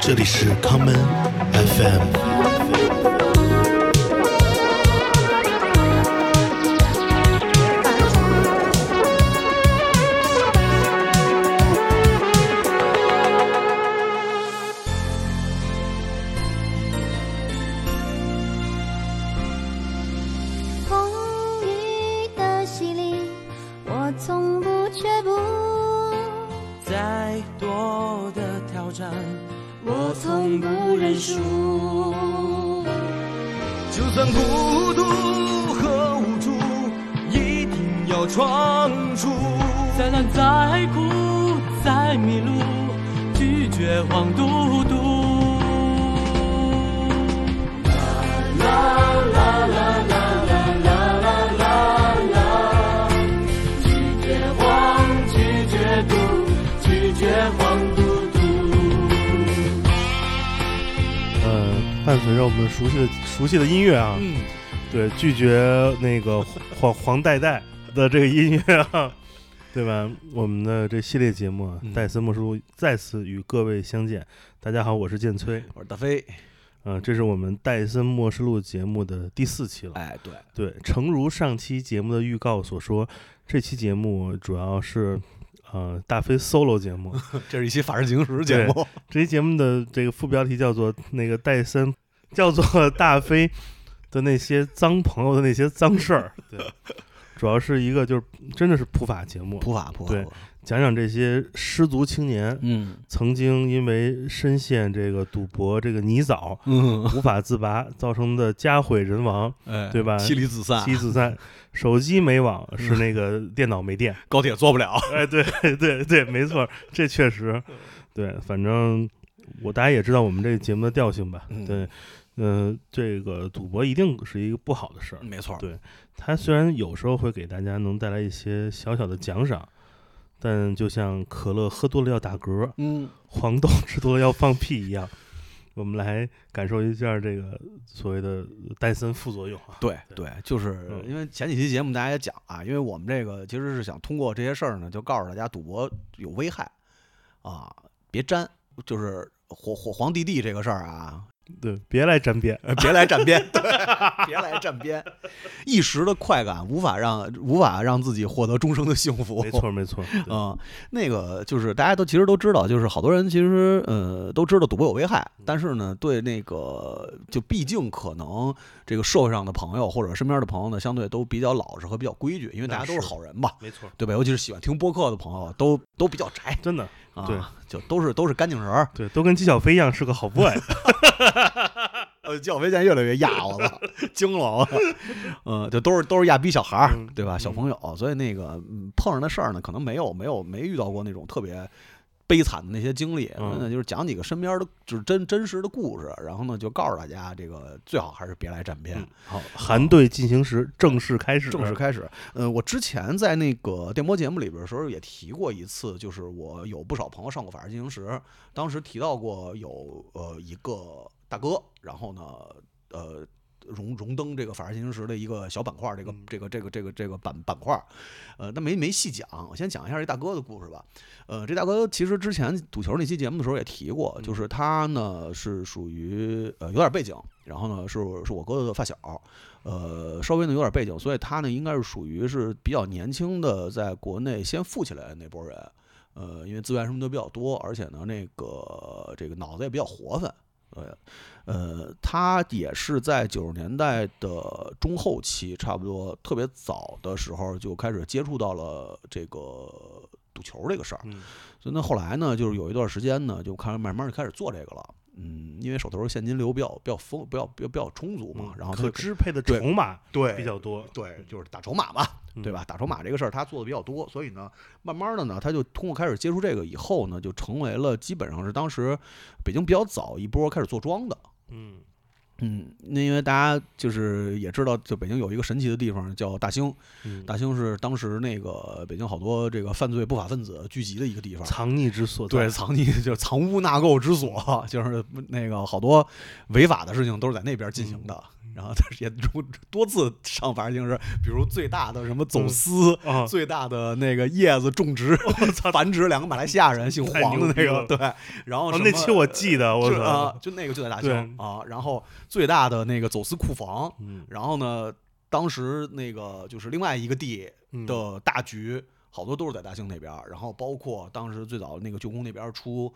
这里是康门 FM。风雨的洗礼，我从不却步，再多的挑战，我从不认输。就算孤独和无助，一定要闯出。再难再苦再迷路，拒绝黄嘟嘟。呃，伴随着我们熟悉的熟悉的音乐啊，嗯，对，拒绝那个黄 黄带带的这个音乐啊，对吧？我们的这系列节目啊，嗯戴森莫叔再次与各位相见。大家好，我是建崔，我是大飞。呃，这是我们戴森莫世录节目的第四期了。哎，对，对，诚如上期节目的预告所说，这期节目主要是呃大飞 solo 节目，这是一期法制进行时节目。这期节目的这个副标题叫做“那个戴森”，叫做 大飞的那些脏朋友的那些脏事儿。对，主要是一个就是真的是普法节目，普法普对，讲讲这些失足青年嗯曾经因为深陷这个赌博这个泥沼嗯，无法自拔造成的家毁人亡、哎，对吧妻离子散，妻子散、手机没网，是那个电脑没电。高铁坐不了。哎，对对对，没错，这确实，对，反正我大家也知道我们这节目的调性吧嗯，对，嗯、这个赌博一定是一个不好的事儿， 没错，对它虽然有时候会给大家能带来一些小小的奖赏。但就像可乐喝多了要打嗝，嗯，黄豆 吃多了要放屁一样，我们来感受一下这个所谓的戴森副作用啊。对对，就是嗯因为前几期节目大家也讲啊，因为我们这个其实是想通过这些事儿呢，就告诉大家赌博有危害啊，别沾，就是火火黄弟弟这个事儿啊，对，别来沾边。呃别来站边， 对，别来站边，一时的快感无法让无法让自己获得终生的幸福，没错，没 错。对嗯，那个就是大家都其实都知道，就是好多人其实呃都知道赌博有危害，嗯但是呢，对那个就毕竟可能这个社会上的朋友或者身边的朋友呢，相对都比较老实和比较规矩，因为大家那都是是好人嘛，没错，对吧？尤其是喜欢听播客的朋友，都都比较宅真的，啊，对，就都是都是干净人儿。对，都跟纪晓飞一样是个好 boy。呃，教飞现在越来越亚，我操，惊了我操，嗯，就都是都是亚逼小孩儿嗯，对吧？小嗯朋友，所以那个嗯碰上的事儿呢，可能没有没有没遇到过那种特别悲惨的那些经历，嗯那就是讲几个身边的就是真真实的故事，然后呢就告诉大家，这个最好还是别来沾边嗯。好，韩队进行时正式开始，正式开始。呃，我之前在那个电波节目里边的时候也提过一次，就是我有不少朋友上过《法制进行时》，当时提到过有呃一个大哥，然后呢呃。荣荣登这个《法制进行时》的一个小板块，这个嗯这个这个这个这个板板块，呃，但没没细讲，我先讲一下这大哥的故事吧。呃，这大哥其实之前赌球那期节目的时候也提过，嗯就是他呢是属于呃有点背景，然后呢是是我哥的发小，呃，稍微呢有点背景，所以他呢应该是属于是比较年轻的，在国内先富起来的那波人。呃，因为资源什么都比较多，而且呢，那个这个脑子也比较活泛。呃，呃，他也是在九十年代的中后期，差不多特别早的时候就开始接触到了这个赌球这个事儿。嗯所以那后来呢，就是有一段时间呢，就开始慢慢就开始做这个了。嗯，因为手头现金流比较比较丰，比较比较比较充足嘛，然后他可就支配的对筹码对比较多，对，就是打筹码嘛，嗯对吧？打筹码这个事儿他做的比较多，所以呢，慢慢的呢，他就通过开始接触这个以后呢，就成为了基本上是当时北京比较早一波开始做庄的。嗯，嗯，那因为大家就是也知道，就北京有一个神奇的地方叫大兴，嗯大兴是当时那个北京好多这个犯罪不法分子聚集的一个地方。藏匿之所在，对，藏匿 就是藏污纳垢之所，就是那个好多违法的事情都是在那边进行的。嗯然后他也多多次上法制进行时，比如最大的什么走私，啊，最大的那个叶子种植、繁殖，两个马来西亚人姓太黄的牛逼那了个，对，然后哦什么、那期我记得，我是操啊，，就那个就在大对兴啊，然后最大的那个走私库房，嗯然后呢，当时那个就是另外一个地嗯的大局。好多都是在大兴那边儿，然后包括当时最早那个旧宫那边儿出，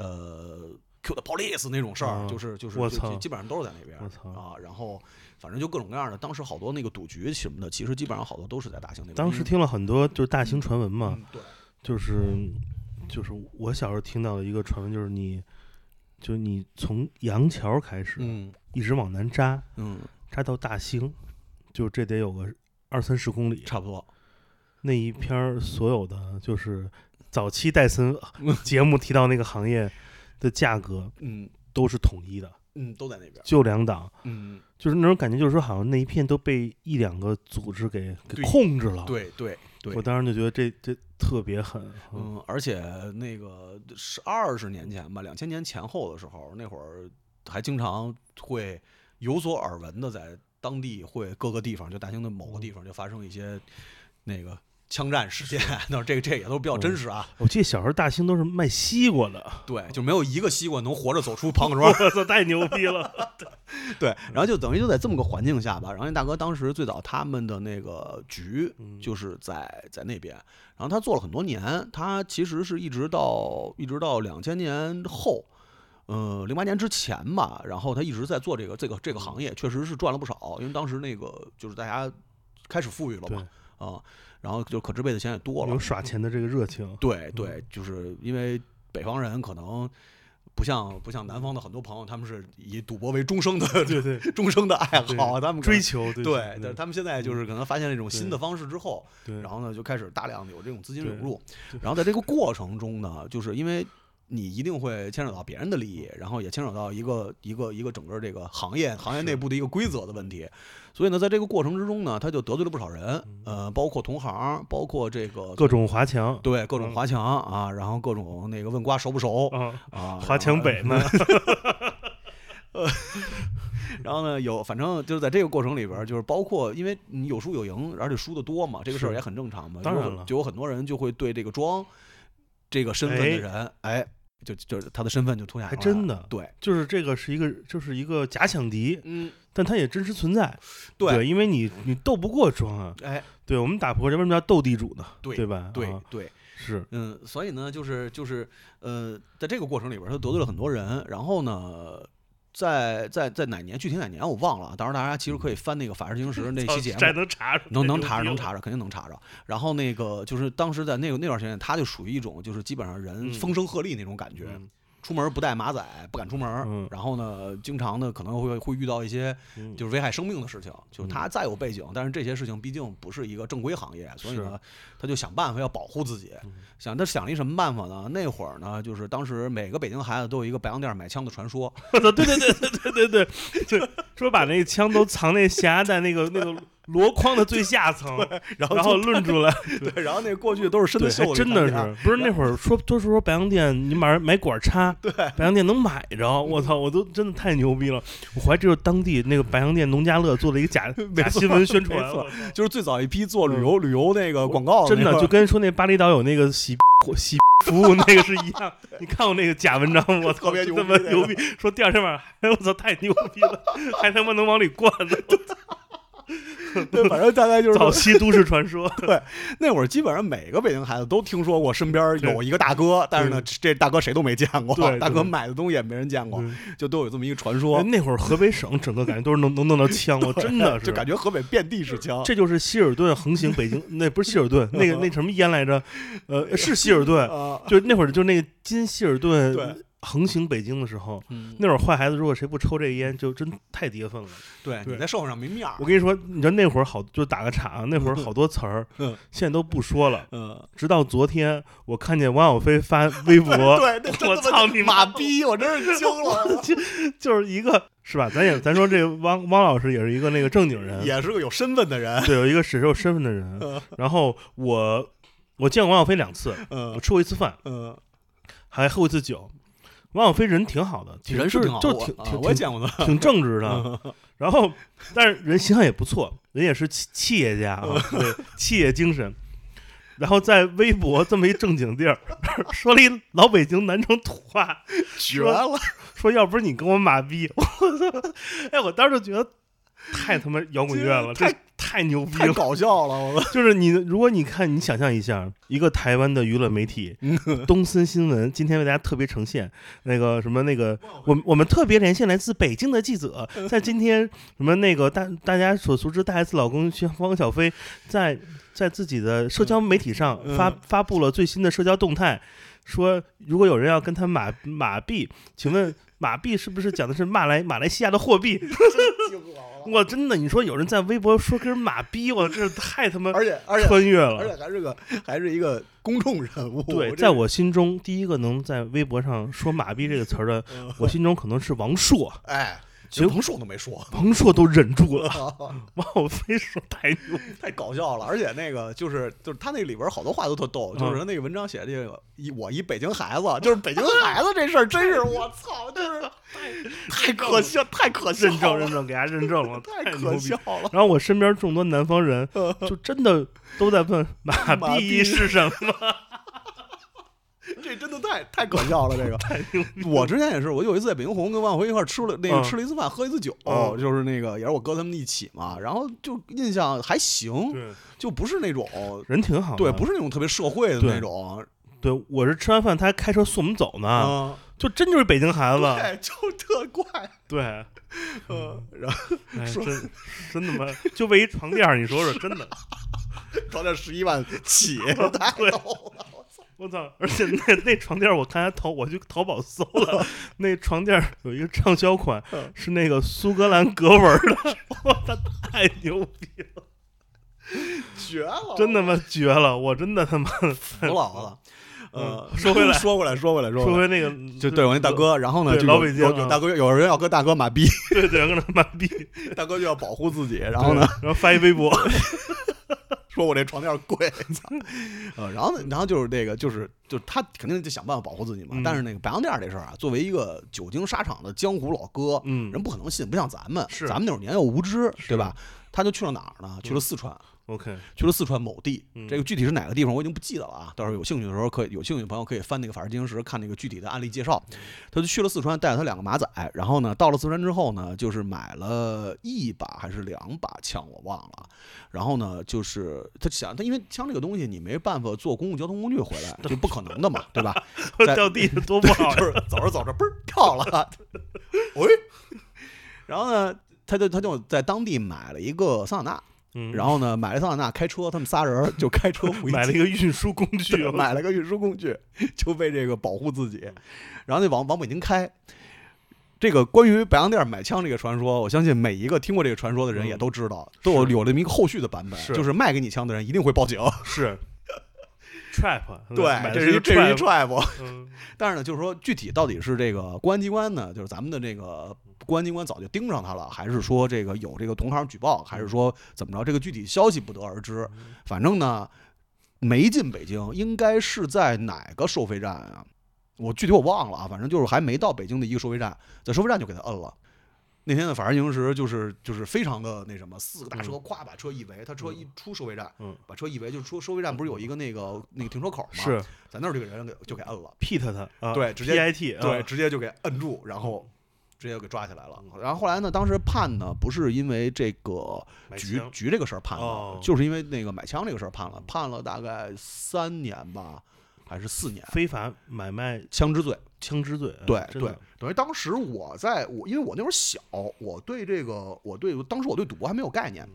呃，Q 的 police 那种事儿、啊就是就是我就操就基本上都是在那边儿我操啊。然后反正就各种各样的，当时好多那个赌局什么的，其实基本上好多都是在大兴那边儿。当时因为听了很多就是大型传闻嘛，嗯对，就是就是我小时候听到的一个传闻，就是你就是你从杨桥开始，嗯一直往南扎，嗯，扎到大兴，就这得有个二三十公里。差不多。那一嗯篇儿所有的就是早期戴 森节目提到那个行业的价格嗯都是统一的，嗯，都在那边儿。就两档，嗯，就是那种感觉，就是说好像那一片都被一两个组织给给对控制了。，对对对我。当时就觉得这这特别狠。嗯嗯，而且那个是二十年前吧，两千年前后的时候，那会儿还经常会有所耳闻的，在当地会各个地方，就大兴的某个地方就发生一些那个枪战事件，啊那这个这也都比较真实啊。我记得小时候大兴都是卖西瓜 的，对，就没有一个西瓜能活着走出庞各庄。我操，太牛逼 了！对，然后就等于就在这么个环境下吧，然后那大哥当时最早他们的那个局嗯就是在在那边，然后他做了很多年，他其实是一直到一直到两千年后，呃，零八年之前吧，然后他一直在做这个这个这个行业，确实是赚了不少，因为当时那个就是大家开始富裕了对嘛，啊、然后就可支配的钱也多了有，耍钱的这个热情，对嗯对，就是因为北方人可能。不像不像南方的很多朋友，他们是以赌博为终生的对对，终生的爱对好，啊他们可追能求对对，但对嗯是他们现在就是可能发现了一种新的对方式之后，对，然后呢就开始大量的有这种资金对涌入对，然后在这个过程中呢，就是因为。你一定会牵扯到别人的利益，然后也牵扯到一个一个一个整个这个行业行业内部的一个规则的问题，所以呢，在这个过程之中呢，他就得罪了不少人，嗯呃，包括同行，包括这个各种华强对各种嗯华强啊，然后各种那个问瓜熟不熟啊，啊，华强强北呢，然后呢，有反正就是在这个过程里边儿，就是包括因为你有输有赢，而且输的多嘛，这个事儿是也很正常嘛。当有然很了就有很多人就会对这个庄这个身份哎的人，哎，就就是他的身份就凸显出还来真了啊的对， 就是这个是一个就是一个假想敌，嗯，但它也真实存在。对因为你你斗不过庄啊，哎，对我们打破这为什么叫斗地主呢？对对吧？对啊对，是嗯，所以呢，就是就是呃，在这个过程里边儿，他得罪了很多人，然后呢。在在在哪年具体哪年我忘了啊，到时候大家其实可嗯以翻那个《法制进行时》 那期节目，哦这能查出来能能查着，太牛能逼了查着，肯定能查着。然后那个就是当时在那个那段时间，他就属于一种就是基本上人嗯风声鹤唳那种感觉，嗯出门不带马仔，不敢出门儿。嗯然后呢，经常呢可能会会遇到一些嗯就是危害生命的事情，就是他再有背景，但是这些事情毕竟不是一个正规行业，所以呢，他就想办法要保护自己。嗯想他想了一什么办法呢？那会儿呢，就是当时每个北京孩子都有一个白洋淀买枪的传 说，我操，对对对对对对对，就说把那个枪都藏那匣子在那个那个箩筐的最下 层，然后然后就论出 来，对，然后那过去都是深对，的还袖子真里的面是，不是那会儿说都是说白洋淀，你买买管插， 对，白洋淀能买着，我操，我都真的太牛逼了，我怀疑这就是当地那个白洋淀农家乐做了一个 假假新闻宣传，没错我操 就是最早一批做旅游旅游那个广告嗯真那的会儿就跟说哦那巴厘岛有那个洗 洗服务那个是一样。你看过那个假文章吗，我操，特别这牛他逼妈那个牛逼！说第二天晚上，哎我操，太牛逼 了，还他妈能往里灌呢。 对，反正大概就是早期都市传说，那会儿，基本上每个北京孩子都听说过身边有一个大哥，但是呢，这大哥谁都没见过对对，嗯大哥买的东西也没人见过，就都有这么一个传哎说，嗯那会儿河北省整个感觉都是能能弄到枪，我真的 是就感觉河北遍地是枪。这就是希尔顿横行北京，那不是希尔顿，那个那什么烟来着？呃，是希尔 顿，啊，就那会儿就那个金希尔顿对横行北京的时候，嗯，那会儿坏孩子如果谁不抽这烟，就真太跌份了。对，对你在社会上没面儿我。跟你说，你知道那会儿好，就打个岔啊，那会儿好多词儿嗯，现在都不说了。嗯，直到昨天，我看见王小 飞发微博，对， 那真我他妈操你妈马逼，我真是惊了，就是一个是吧？咱也咱说这汪汪老师也是一个那个正经人，也是个有身份的人。对，有一个是有身份的人嗯。然后我我见过王小飞两次，我嗯吃过一次饭，嗯还喝过一次酒。王小飞人挺好的，其实人是就是挺好，就我挺啊挺我也见过 他，挺挺正直的。然后，但是人形象也不错，人也是企企业家啊，对，企业精神。然后在微博这么一正经地儿， 说了一老北京南城土话，绝了，说要不是你跟我马逼， 我操！哎，我当时就觉得太他妈摇滚乐了，这这太牛逼太了。搞笑了，我就是你，如果你看，你想象一下，一个台湾的娱乐媒体东森新闻今天为大家特别呈现那个什么那个，我们我们特别连线来自北京的记者，在今天什么那个大大家所熟知大 S 老公汪小菲在在自己的社交媒体上嗯发发布了最新的社交动态，说如果有人要跟他马马币，请问马币是不是讲的是马来马来西亚的货币？ 我真的，你说有人在微博说跟人马逼，我这太他妈而且而且穿越而了。且还是个还是一个公众人物，对，这在我心中，第一个能在微博上说“马逼”这个词 儿的，嗯我心中可能是王朔，哎，其实彭硕都没 说，王朔都忍住了，嗯王小飞说太牛逼，太搞笑了，而且那个就是就是他那里边好多话都特逗，嗯就是那个文章写这个一我一北京孩子，就是北京孩子这事儿，真是我操，就是 太可笑，太可笑认证认了，证，给大家认证 了，太牛可逼笑。了。然后我身边众多南方人就真的都在 问“马马逼逼是什么这真的太太可笑了，这 个我之前也是，我有一次在北京红跟万辉一块儿吃了那个嗯吃了一次饭，喝一次酒，嗯就是那个也是我哥他们一起嘛，然后就印象还”？行，对，就不是那种人挺好的。对，不是那种特别社会的对啊那种对，我是吃完饭他还开车送我们走呢，啊，就真就是北京孩子。对，哎就特怪，对，嗯，然后哎，说真真他妈就为一床垫儿，你说说，真的。床垫十一万 起，太逗了。我操！而且那那床垫儿，我看他淘，我去淘宝搜了，那床垫儿有一个畅销款嗯是那个苏格兰格纹儿的， 我操，太牛逼了，绝了，真他妈绝了！我真的 他妈服了，我操！呃，嗯说回来说回来，说回来，说说来，回那个， 就对我那大，哥，然后呢，对就有老北京有有啊大哥，有人要跟大哥马逼， 对对，跟他妈逼，大哥就要保护自己， 然后呢，然后发一 微博，说我这床垫贵，操，呃，然后呢，然后就是这个，就是就是他肯定得想办法保护自己嘛嗯，但是那个白洋淀这事儿啊，作为一个久经沙场的江湖老哥，嗯人不可能信，不像咱们，是咱们那会儿年幼无知，是嗯对吧？他就去了哪儿呢？去了四川， ，OK，去了四川某地嗯，这个具体是哪个地方我已经不记得了啊。到时候有兴趣的时候可以，有兴趣的朋友可以翻那个《法制进行时》看那个具体的案例介绍。嗯他就去了四川，带了他两个马仔，然后呢，到了四川之后呢，就是买了一把还是两把枪，我忘了。然后呢，就是他想，他因为枪这个东西你没办法坐公共交通工具回来，就不可能的嘛，对吧？在掉地上 多不好 呀，就是走着走着，嘣儿跳了， 喂， 然后呢，他就他就在当地买了一个桑塔纳。嗯，然后呢，买了桑塔纳开车，他们仨人儿就开车回买了一个运输工对 具，买了个运输工具，就为这个保护自嗯己，然后就往往北京开。这个关于白洋淀买枪这个传说，我相信每一个听过这个传说的人也嗯都知道，都有是有这么一个后续的版本，是就是卖给你枪的人一定会报警。 是 trap，买对，的这是一个这是一 trap， trap。嗯 但是呢，就是说具体到底是这个公安机关呢，就是咱们的这个公安机关早就盯上他了，还是说这个有这个同行举报，还是说怎么着？这个具体消息不得而知。嗯反正呢，没进北京，应该是在哪个收费站啊？我具体我忘了啊，反正就是还没到北京的一个收费站，在收费站就给他摁了。那天的法制进行时就是就是非常的那什么，四个大车咵把车一围，他车一出收费站，嗯把车一围，就是说收费站不是有一个那个那个停车口吗？是在那儿这个人给就给摁了。 pit 他，啊对直接 pit，啊对，直接就给摁住，然后直接就给抓起来了。然后后来呢，当时判呢不是因为这个买局枪局这个事儿判的，哦就是因为那个买枪这个事儿判了，判了大概三年吧，还是四年，非法买卖枪支罪。枪支罪，啊对真对的，等于当时我在我因为我那会儿小，我对这个我对当时我对赌博还没有概念，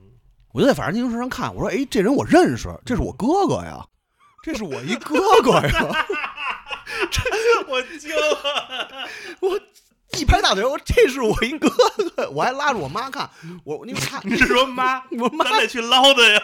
我就在法制进行时上看，我说哎，这人我认识，这是我哥哥呀，这是我一哥哥呀。 我惊了，我一拍大腿，我这是我一哥哥，我还拉着我妈看，我因为她，你是说妈，我妈咱得去捞的呀？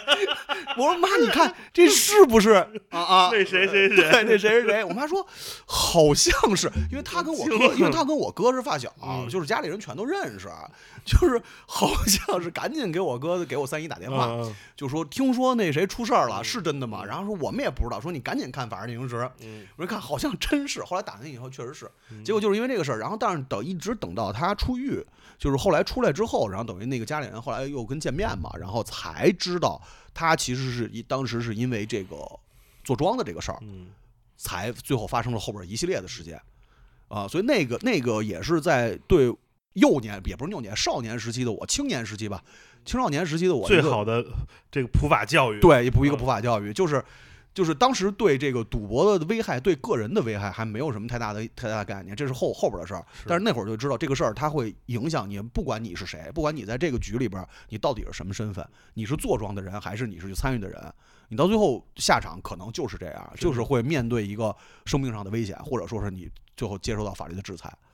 我说妈，你看这是不是啊啊？那谁谁谁对，那谁谁谁，我妈说好像是，因为她跟我哥，因为她跟我哥是发小，啊嗯就是家里人全都认识，啊就是好像是赶紧给我哥给我三姨打电话，嗯就说听说那谁出事儿了，是真的吗？然后说我们也不知道，说你赶紧看《法制进行时》，嗯我一看好像真是，后来打听以后确实是，结果就是因为这个事儿，然后但是等一直等到他出狱，就是后来出来之后，然后等于那个家里人后来又跟见面嘛，然后才知道他其实是一当时是因为这个坐庄的这个事儿，嗯才最后发生了后边一系列的事件啊，所以那个那个也是在对幼年也不是幼年少年时期的我，青年时期吧，青少年时期的我一最个好的这个普法教育，，对，一不一个嗯普法教育，就是就是当时对这个赌博的危害，对个人的危害还没有什么太大的太大的概念，这是后后边的事儿。但是那会儿就知道这个事儿，它会影响你，不管你是谁，不管你在这个局里边儿你到底是什么身份，你是坐庄的人还是你是去参与的人，你到最后下场可能就是这样，是就是会面对一个生命上的危险，或者说是你最后接受到法律的制裁。嗯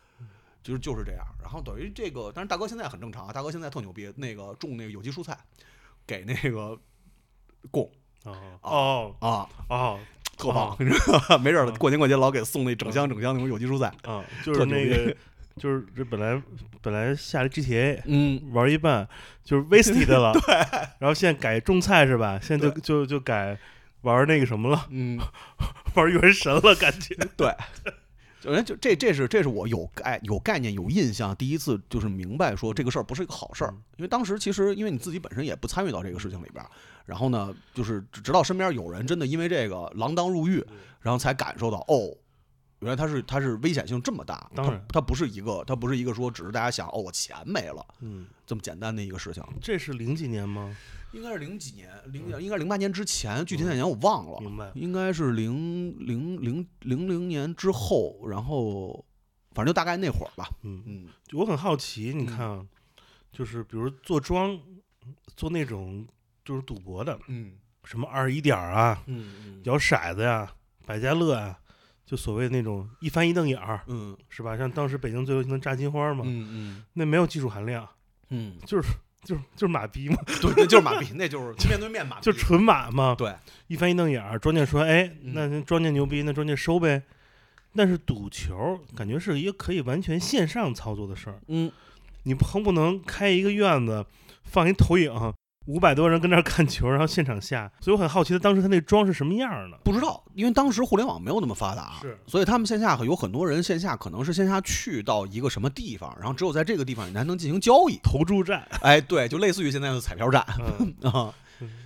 就是就是这样，然后等于这个，但是大哥现在很正常啊，大哥现在特牛逼，那个种那个有机蔬菜，给那个供哦哦啊，哦特棒哦，你知道 吧没事儿了，嗯过年过节老给送那整箱整箱那种有机蔬菜，哦，就是特那牛个， 就是这本来本来下了 GTA 嗯，玩一半就是 wasted 了， 对，然后现在改种菜是吧？现在就就就改玩那个什么了， 嗯，玩原神了，感觉对，就就这这是这是我有概有概念有印象，第一次就是明白说这个事儿不是一个好事儿嗯，因为当时其实因为你自己本身也不参与到这个事情里边儿，然后呢，就是直直到身边有人真的因为这个锒铛入狱，嗯然后才感受到哦。原来它是它是危险性这么大，当然它它不是一个它不是一个说只是大家想哦我钱没了嗯，这么简单的一个事情，这是零几年吗？应该是零几年，零应该是零八年之前，具体哪年我忘了，明白应该是零零零零零年之后，然后反正就大概那会儿吧。嗯，嗯我很好奇，你看啊，就是比如做庄，做那种就是赌博的，嗯什么二十一点儿啊，嗯摇骰子呀、百家乐啊，就所谓那种一翻一瞪眼儿，嗯是吧？像当时北京最流行的炸金花嘛，嗯那没有技术含量，嗯，就是 就是就是马逼嘛，对，那就是马屁，那 就是面对面马屁，就纯马嘛。对，一翻一瞪眼儿，庄家说：“哎，嗯那庄家牛逼，那庄家收呗。”但是赌球感觉是一个可以完全线上操作的事儿，嗯，你横不能开一个院子放一投影，五百多人跟那儿看球，然后现场下。所以我很好奇，他当时他那庄是什么样儿的？不知道，因为当时互联网没有那么发达，是所以他们线下有很多人线下可能是线下去到一个什么地方，然后只有在这个地方你才能进行交易。投注站，哎，对，就类似于现在的彩票站。嗯， 啊，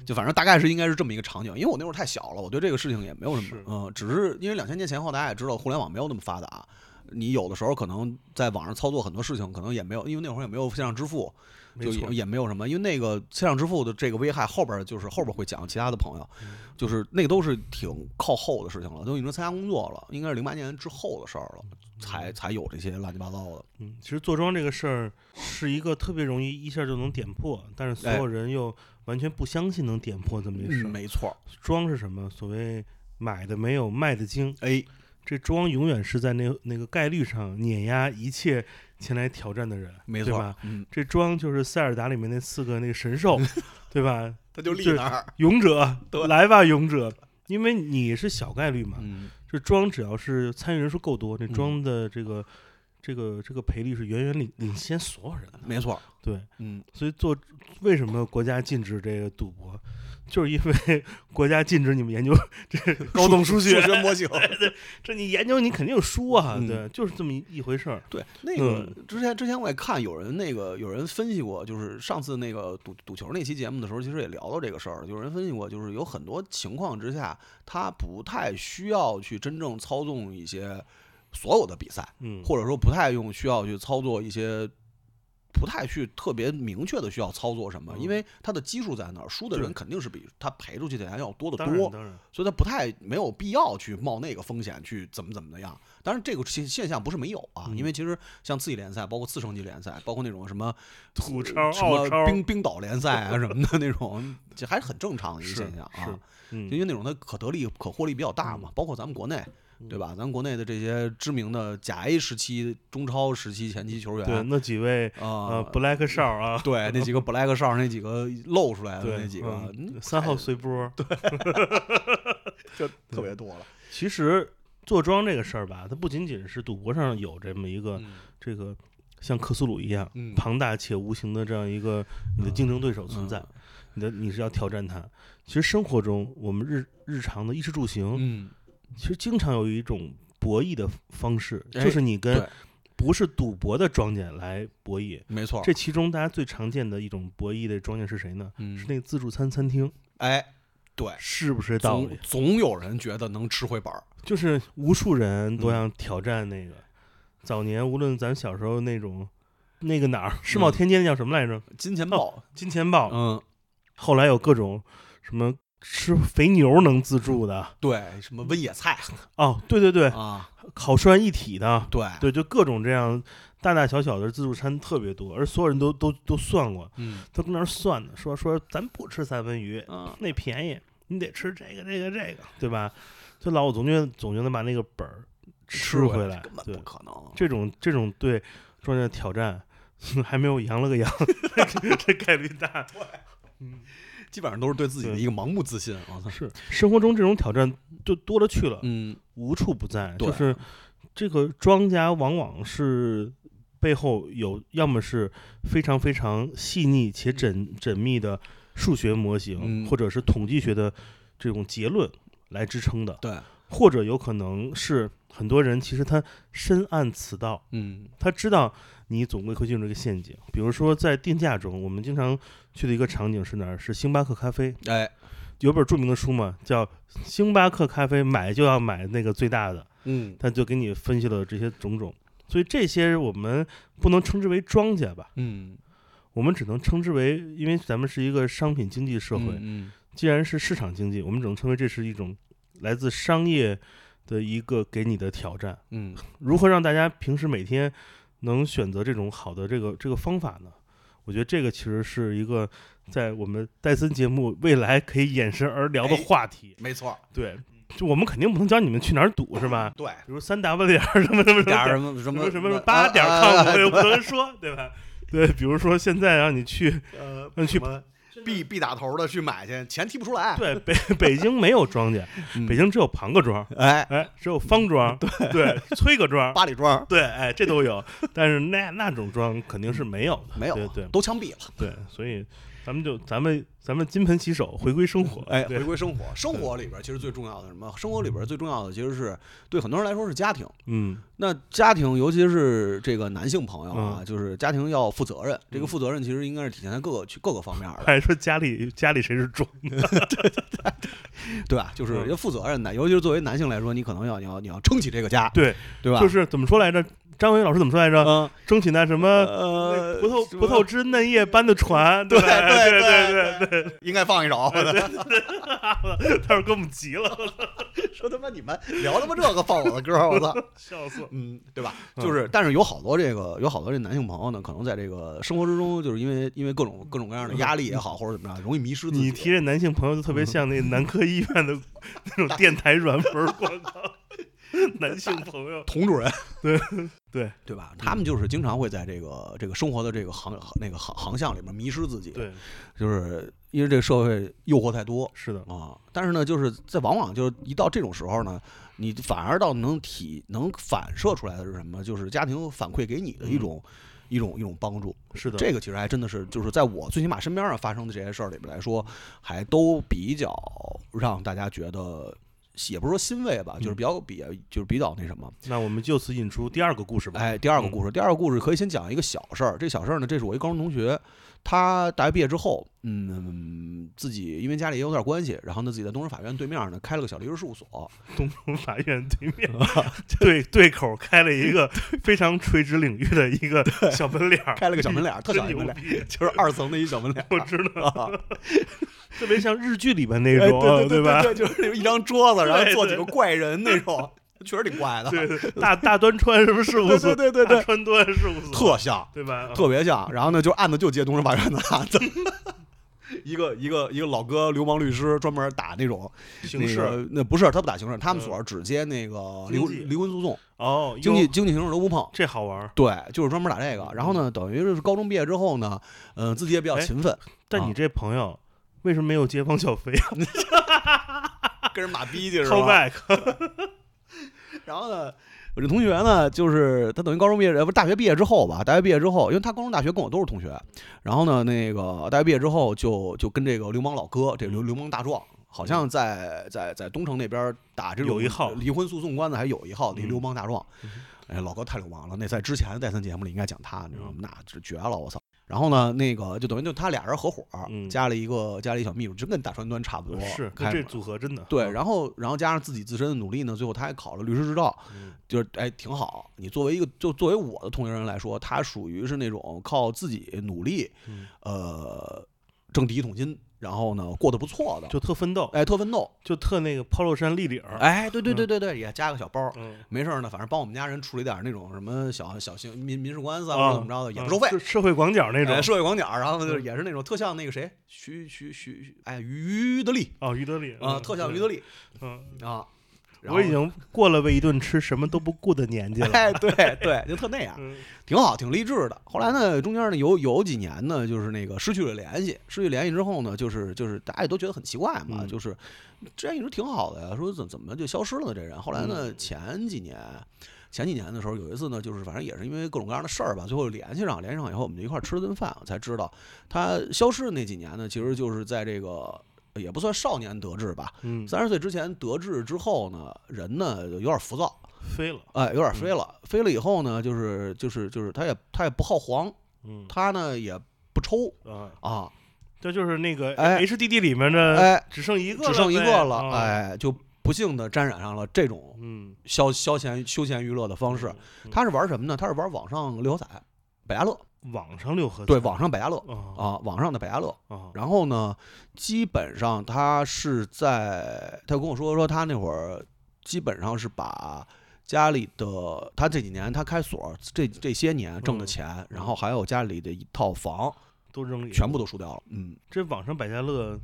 就反正大概是应该是这么一个场景，因为我那会儿太小了，我对这个事情也没有什么是，嗯、只是因为两千年前后大家也知道互联网没有那么发达，你有的时候可能在网上操作很多事情，可能也没有，因为那会儿也没有线上支付，没就也错，也没有什么，因为那个线上支付的这个危害后边儿就是后边儿会讲其他的朋友，嗯就是那个都是挺靠后的事情了，都已经参加工作了，应该是零八年之后的事儿了，才才有这些乱七八糟的，嗯，其实坐庄这个事儿是一个特别容易一下就能点破，但是所哎有人又完全不相信能点破这么一事嗯，儿。没错儿，庄是什么？所谓买的没有卖的精，哎，这庄永远是在那那个概率上碾压一切前来挑战的人，没对错儿吧？，嗯，这庄就是塞尔达里面那四个那个 神兽，对吧？他就立这那儿，勇者 对，来吧，勇者！因为你是小概率嘛，嗯，这庄只要是参与人数够多，这嗯庄的这个、这个这个赔率是远远领领先所有人的。没错儿，对，嗯。所以做为什么国家禁止这个赌博，就是因为 国家禁止你们研究这高等数学，学 模型。这你研究你肯定输啊，嗯对，就是这么一一回事儿。对，那个嗯之前之前我也看有人那个有人分析过，就是上次那个赌赌球那期节目的时候，其实也聊到这个事儿。有人分析过，就是有很多情况之下，他不太需要去真正操纵一些所有的比赛，嗯，或者说不太用需要去操作一些。不太去特别明确的需要操作什么，因为他的基数在那儿，输的人嗯对肯定是比他赔出去的人要多得当多然。当然，所以他不太没有必要去冒那个风险去怎么怎么的样。当然，这个现现象不是没有啊，嗯因为其实像自己联赛，包括次升级联赛，包括那种什么 呃土超、什澳超么冰冰岛联赛啊什么的那 种，这还是很正常的一个是现象啊是。，嗯嗯因为那种它可得利可获利比较大嘛，包括咱们国内对吧？咱国内的这些知名的甲 A 时期、中超时期前期球员，对，那几位呃啊， ，Black Shaw 啊，对，那 几个 black 少那几个露出来的对，那几个，嗯嗯三号随波，对，就特别多了。其实坐庄这个事儿吧，它不仅仅是赌博上有这么一个、嗯这个像克苏鲁一样、嗯庞大且无形的这样一个你的竞争对手存嗯在，你的你是要挑战它。其实生活中我们日日常的衣食住行，嗯，其实经常有一种博弈的方式，哎就是你跟对不是赌博的庄家来博弈。没错。这其中大家最常见的一种博弈的庄家是谁呢？嗯是那自助餐餐厅，哎，对，是不是道总理？总有人觉得能吃回本儿。就是无数人嗯都想挑战那个。早年无论咱小时候那种，那个哪儿世贸天阶那叫什么来着？金钱豹，金钱豹。嗯，后来有各种什么吃肥牛能自助的，对，什嗯么温野 菜哦，对对对，啊，烤涮一体的，对，对，就各种这样大大小小的自助餐特别多，而所有人都都都算过，嗯都跟那儿算呢，说说咱不吃三文鱼，嗯，那便宜，你得吃这个这个这个，对吧？就老我总觉得总觉得把那个本儿吃回来，根本对不，可能。这种这种对庄家的挑战， 还没有羊了个羊， 这概率大。基本上都是对自己的一个盲目自信。我操，是生活中这种挑战就多了去了，嗯，无处不在。对就是这个庄家往往是背后有要么是非常非常细腻且缜缜密的数学模型，嗯或者是统计学的这种结论来支撑的，对，或者有可能是很多人其实他深谙此道。嗯他知道你总归会进入一个陷阱。比如说，在定价中，我们经常去的一个场景是哪儿？是星巴克咖啡。哎，有本著名的书嘛，叫《星巴克咖啡买就要买那个最大的》，嗯他就给你分析了这些种种。所以这些我们不能称之为庄家吧，嗯，我们只能称之为，因为咱们是一个商品经济社会，嗯既然是市场经济，我们只能称为这是一种来自商业的一个给你的挑战。嗯，如何让大家平时每天能选择这种好的这个这个方法呢？我觉得这个其实是一个在我们戴森节目未来可以衍生而聊的话题。没错，对，就我们肯定不能教你们去哪儿赌，是吧？对。比如三 W 点儿什么啊什点么什么点儿儿什么什什么啊么什么八点 儿 com，我也我不能说，对吧？对，比如说现在让你去， 呃让你去，必必打头的去买去，钱提不出来。对北北京没有庄家， 嗯北京只有庞各 庄，哎，哎，只有方庄，对对，崔各庄，八里庄对，哎，这都有，但是那那种庄肯定是没有的，没有，对对都枪毙了。对，所以咱们就咱们咱们金盆洗手，回归生活，哎，对回归生活，生活里边儿其实最重要的是什么？生活里边儿最重要的其实是对很多人来说是家庭。嗯那家庭，尤其是这个男性朋友啊，嗯就是家庭要负责任。这个负责任其实应该是体现在各个各个方面的，还说家里家里谁是庄，对吧？就是嗯要负责任的，尤其是作为男性来说，你可能要你要你要撑起这个家，对，对吧？就是怎么说来着？张伟老师怎么说来着？嗯争取那什么呃那葡萄什葡么萄枝嫩叶般的船，对对对对对，应该放一首。对， 他说给我们急了，说他妈你们聊他妈这个放我的歌儿，我 操！笑死我，嗯，对吧？就是，但是有好多这个有好多这男性朋友呢，可能在这个生活之中，就是因为因为各种各种各样的压力也好，或者怎么样，容易迷失自己。你提这男性朋友就特别像那男科医院的那种电台软文广告， 男性朋友，佟主任，对对吧？他们就是经常会在这个这个生活的这个航那个航航向里面迷失自己。，对，就是因为这个社会诱惑太多是的，啊。但是呢，就是在往往就是一到这种时候呢，你反而到能体能反射出来的是什么？就是家庭反馈给你的一种、一种一种帮助。是的，这个其实还真的是，就是在我最起码身边上发生的这些事儿里边来说，还都比较让大家觉得，也不是说欣慰吧，就是比较比就是比较那什么。那我们就此引出第二个故事吧。哎，第二个故事，第二个故事可以先讲一个小事儿。这小事儿呢，这是我一高中同学，他大学毕业之后，嗯，自己因为家里也有点关系，然后呢，自己在东直法院对面呢开了个小律师事务 所。东城法院对面 啊对对口开了一个非常垂直领域的一个小门脸儿，开了个小门脸儿，特真小一牛门脸儿，逼，就是二层的一小门脸儿。我 知道，啊特别像日剧里边那哎种，啊对对吧？对，就是那种一张桌子，然后对坐对几个怪人那种，确实挺怪的。对对大大端川什么事务所，对对对对对大川端事务所，特像，对吧？啊特别像。然后呢，就案子就接东城法院的案子， 一个一个一个老哥流氓律师，专门打那种形那式个那不是他不打刑事，他们嗯所只接那个离经婚济离婚诉讼，哦，经济哟经济刑事都不碰。这好玩儿。对，就是专门打这个。然后呢，等于是高中毕业之后呢，呃，自己也比较嗯哎勤奋，但你这朋友为什么没有街坊小飞啊跟人马逼去？call back？然后呢，我这同学呢，就是他等于高中毕业，呃不是大学毕业之后吧？大学毕业之后，因为他高中、大学跟我都是同学，然后呢，那个大学毕业之后就就跟这个流氓老哥，这嗯流流氓大壮，好像在在在东城那边打这种有一号离婚诉讼官司，还有一号那嗯流氓大壮嗯。哎，老哥太流氓了，那在之前的戴森节目里应该讲他，你知道吗？嗯那是绝了，我操！然后呢，那个就等于就他俩人合伙儿嗯加了一个加了一小秘书，就跟大川端差不多。 是，开那这门组合真的对，然后然后加上自己自身的努力呢，最后他还考了律师执照，嗯就是哎挺好。你作为一个就作为我的同龄人来说，他属于是那种靠自己努力，嗯呃，挣第一桶金，然后呢过得不错的，就特奋斗，哎特奋斗，就特那个 polo 衫立领儿。哎对对对对对，也加个小包儿。嗯，没事儿呢，反正帮我们家人处理点儿那种什么小小刑民民事官司啊，或啊者怎么着的，也不收费就，社会广角那种哎。社会广角儿，然后就是嗯也是那种特像那个谁，徐徐徐，徐哎于德利哦，于德利啊，特像于德。利对嗯，啊。然我后已经过了为一顿吃什么都不顾的年纪了。哎，对对，就特那样，嗯挺好，挺励志的。后来呢，中间呢有有几年呢，就是那个失去了联系，失去联系之后呢，就是就是大家也都觉得很奇怪嘛，嗯就是之前一直挺好的呀，说怎怎么就消失了呢？这人。后来嗯呢，前几年。前几年的时候，有一次呢，就是反正也是因为各种各样的事儿吧，最后联系上，联系上以后，我们就一块儿吃了顿饭，才知道他消失的那几年呢，其实就是在这个也不算少年得志吧，嗯，三十岁之前得志之后呢，人呢有点浮躁，飞了。哎，有点飞了。飞了以后呢，就是就是就是，他也他也不好黄，嗯他呢也不抽啊，啊，这就是那个哎 HDD 里面的，哎，只剩一个，只剩一个了，啊。哎，就不幸的沾染上了这种嗯，消消闲休闲娱乐的方式嗯。，他是玩什么呢？他是玩网上六合彩，百家乐，嗯网上六合彩对，网上百家乐啊啊，网上的百家乐。啊，然后呢，基本上他是在他跟我说说他那会儿基本上是把家里的他这几年他开锁这这些年嗯挣的钱，然后还有家里的一套房，都扔里。全部都输掉了。嗯，这网上百家乐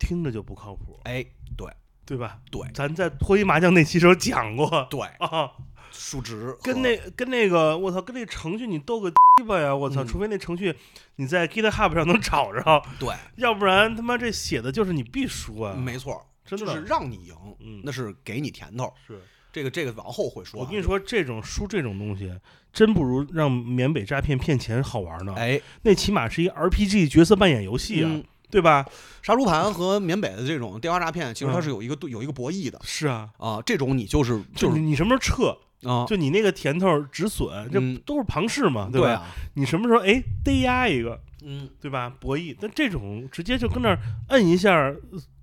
听着就不靠谱，哎，对对吧？对咱在脱衣麻将那期时候讲过对，啊，数值和跟那跟那个我操，跟那程序你斗个鸡巴呀！我操，嗯除非那程序你在 GitHub 上能找着，对，要不然他妈这写的就是你必输啊！没错，真的就是让你赢，嗯那是给你甜头。是这个这个往后会说。啊我跟你，说，这种输这种东西，真不如让缅北诈骗骗钱好玩呢。哎，那起码是一 RPG 角色扮演游戏啊，嗯对吧？杀猪盘和缅北的这种电话诈骗，其嗯实它是有一个对有一个博弈的是啊，啊。这种你就是就就是是你什么时候撤，啊，就你那个甜头止损，这嗯都是庞氏嘛，对吧？啊，你什么时候哎逮压一个，嗯。对吧？博弈，但这种直接就跟那儿摁一下，呃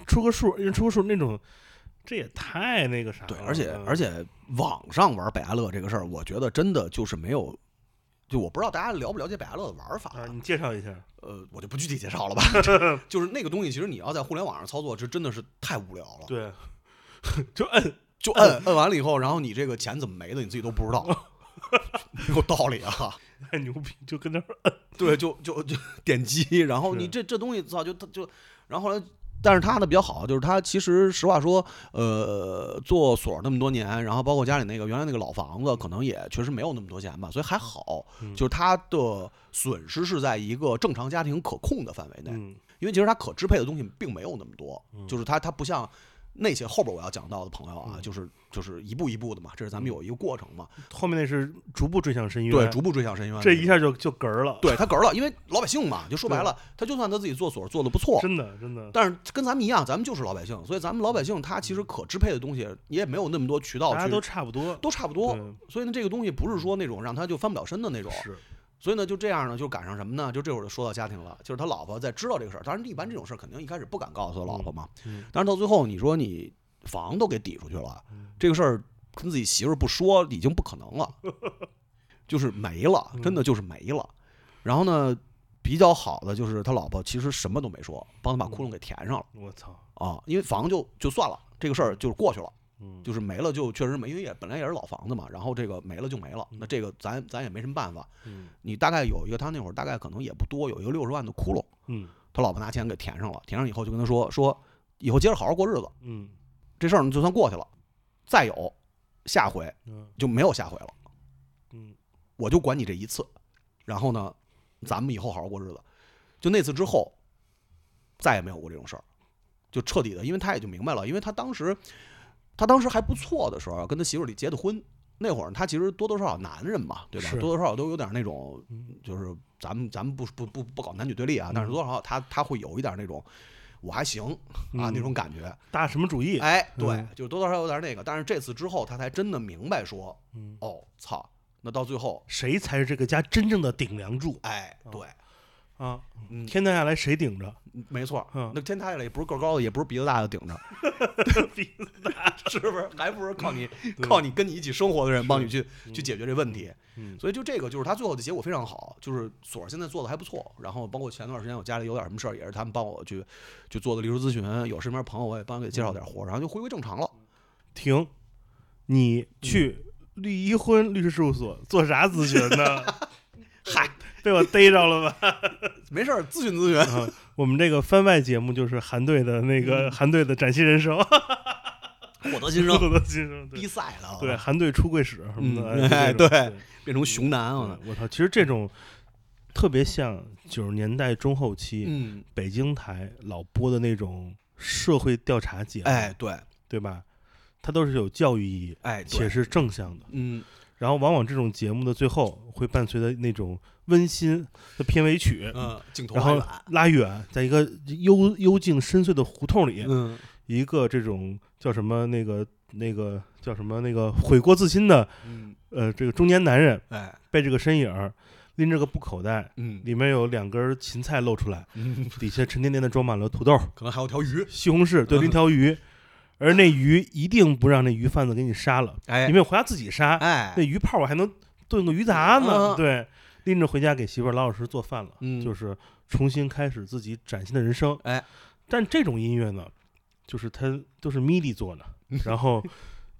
出个数，呃出个数那种，这也太那个啥了。对，而且嗯而且网上玩百家乐这个事儿，我觉得真的就是没有，就我不知道大家了不了解百家乐的玩法，啊，你介绍一下，呃，我就不具体介绍了吧。 就是那个东西，其实你要在互联网上操作，这真的是太无聊了。对， 就摁，就摁摁完了以后，然后你这个钱怎么没的，你自己都不知道， 没有道理啊。太牛逼，就跟那儿对，就就就点击，然后是你这这东西，操，就就，然后后来。但是他呢比较好，就是他其实实话说，呃，做锁那么多年，然后包括家里那个原来那个老房子，可能也确实没有那么多钱吧，所以还好，嗯就是他的损失是在一个正常家庭可控的范围内，嗯因为其实他可支配的东西并没有那么多，嗯就是他他不像那些后边我要讲到的朋友啊，就是就是一步一步的嘛，这是咱嗯们有一个过程嘛，后面那是逐步追向深渊，对，逐步追向深渊，这一下就就嗝儿了，对他嗝儿了，因为老百姓嘛，就说白了，他就算他自己做锁做的不错， 真的真的，但是跟咱们一样，咱们就是老百姓，所以咱们老百姓他其实可支配的东西也没有那么多渠道嗯大家去，都差不多，都差不多。嗯所以呢，这个东西不是说那种让他就翻不了身的那种。是所以呢，就这样呢，就赶上什么呢？就这会儿就说到家庭了，就是他老婆在知道这个事儿。当然，一般这种事儿肯定一开始不敢告诉他老婆嘛。嗯但是到最后，你说你房都给抵出去了，嗯这个事儿跟自己媳妇儿不说已经不可能了，就是没了，嗯真的就是没了。然后呢，比较好的就是他老婆其实什么都没说，帮他把窟窿给填上了我操，啊，因为房就就算了，这个事儿就是过去了。嗯，就是没了就确实没，因为也本来也是老房子嘛，然后这个没了就没了，那这个咱咱也没什么办法。嗯你大概有一个，他那会儿大概可能也不多，有一个六十万的窟窿，嗯他老婆拿钱给填上了，填上以后就跟他说说以后接着好好过日子，嗯这事儿呢就算过去了，再有下回嗯就没有下回了，嗯我就管你这一次，然后呢，咱们以后好好过日子。就那次之后，再也没有过这种事儿，就彻底的，因为他也就明白了，因为他当时他当时还不错的时候，啊跟他媳妇儿李结的婚。那会儿他其实多多少少男人嘛，对吧？是多多少少都有点那种嗯就是咱们咱们不不不不搞男女对立啊，但是多少他他会有一点那种我还行啊、嗯那种感觉，大什么主义？哎，对嗯，就多多少少有点那个。但是这次之后，他才真的明白说，嗯，哦，操，那到最后，谁才是这个家真正的顶梁柱哎，对，啊？嗯，天塌下来谁顶着？没错嗯，那天塌下来也不是个高的，也不是鼻子大的顶着，鼻子大是不是？还不如靠你靠你跟你一起生活的人帮你去去解决这问题。嗯所以就这个就是他最后的结果非常好，就是索尔现在做的还不错。然后包括前段时间我家里有点什么事儿，也是他们帮我去去做的律师咨询，有身边朋友我也帮给介绍点活儿，然后就回归正常了。停，你嗯去律一婚律师事务所做啥咨询呢？ 嗨，被我逮着 了吧？没事儿，咨询咨询。啊，我们这个番外节目就是韩队的那嗯个韩队的崭新人生，获得 新获得新生，对逼赛了，对，韩队出柜史什么的，嗯哎哎就这种对变成熊男啊嗯了。我操，其实这种特别像九十年代中后期、嗯，北京台老播的那种社会调查节目，哎，对，对吧？它都是有教育意义，哎，且对，是正向的。嗯，然后往往这种节目的最后会伴随着那种温馨的片尾曲，嗯，镜头然还后远，拉远，在一个幽幽静深邃的胡同里，嗯，一个这种叫什么那个那个叫什么那个悔过自新的嗯，呃这个中年男人哎，背着个身影儿，拎着个布口袋，嗯，里面有两根芹菜露出来，嗯底下沉甸甸的装满了土豆、可能还有条鱼，西红柿，对，嗯拎条鱼，而那鱼一定不让那鱼贩子给你杀了，哎因，为我回家自己杀，哎那，鱼泡我还能炖个鱼杂呢，嗯对，拎着回家给媳妇儿老老实实做饭了，嗯就是重新开始自己崭新的人生，哎，但这种音乐呢，就是它都是 MIDI 做的，嗯然后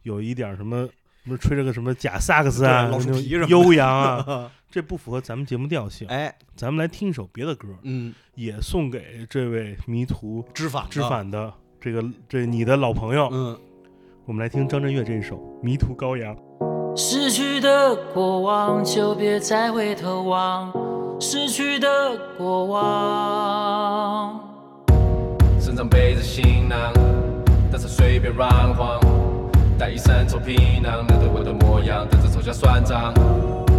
有一点什么。什么吹着个什么假萨克斯啊，对老鼠那种皮什么的嗯悠 扬啊，这不符合咱们节目调性。哎，咱们来听一首别的歌，嗯，也送给这位迷途知反知，返的这个这你的老朋友。嗯。我们来听张震岳这一首《迷途羔羊》。逝去的过往，就别再回头望逝去的过往。身上背着行囊，但是随便乱晃，带一身臭皮囊，认得我的模样，带着仇家算账，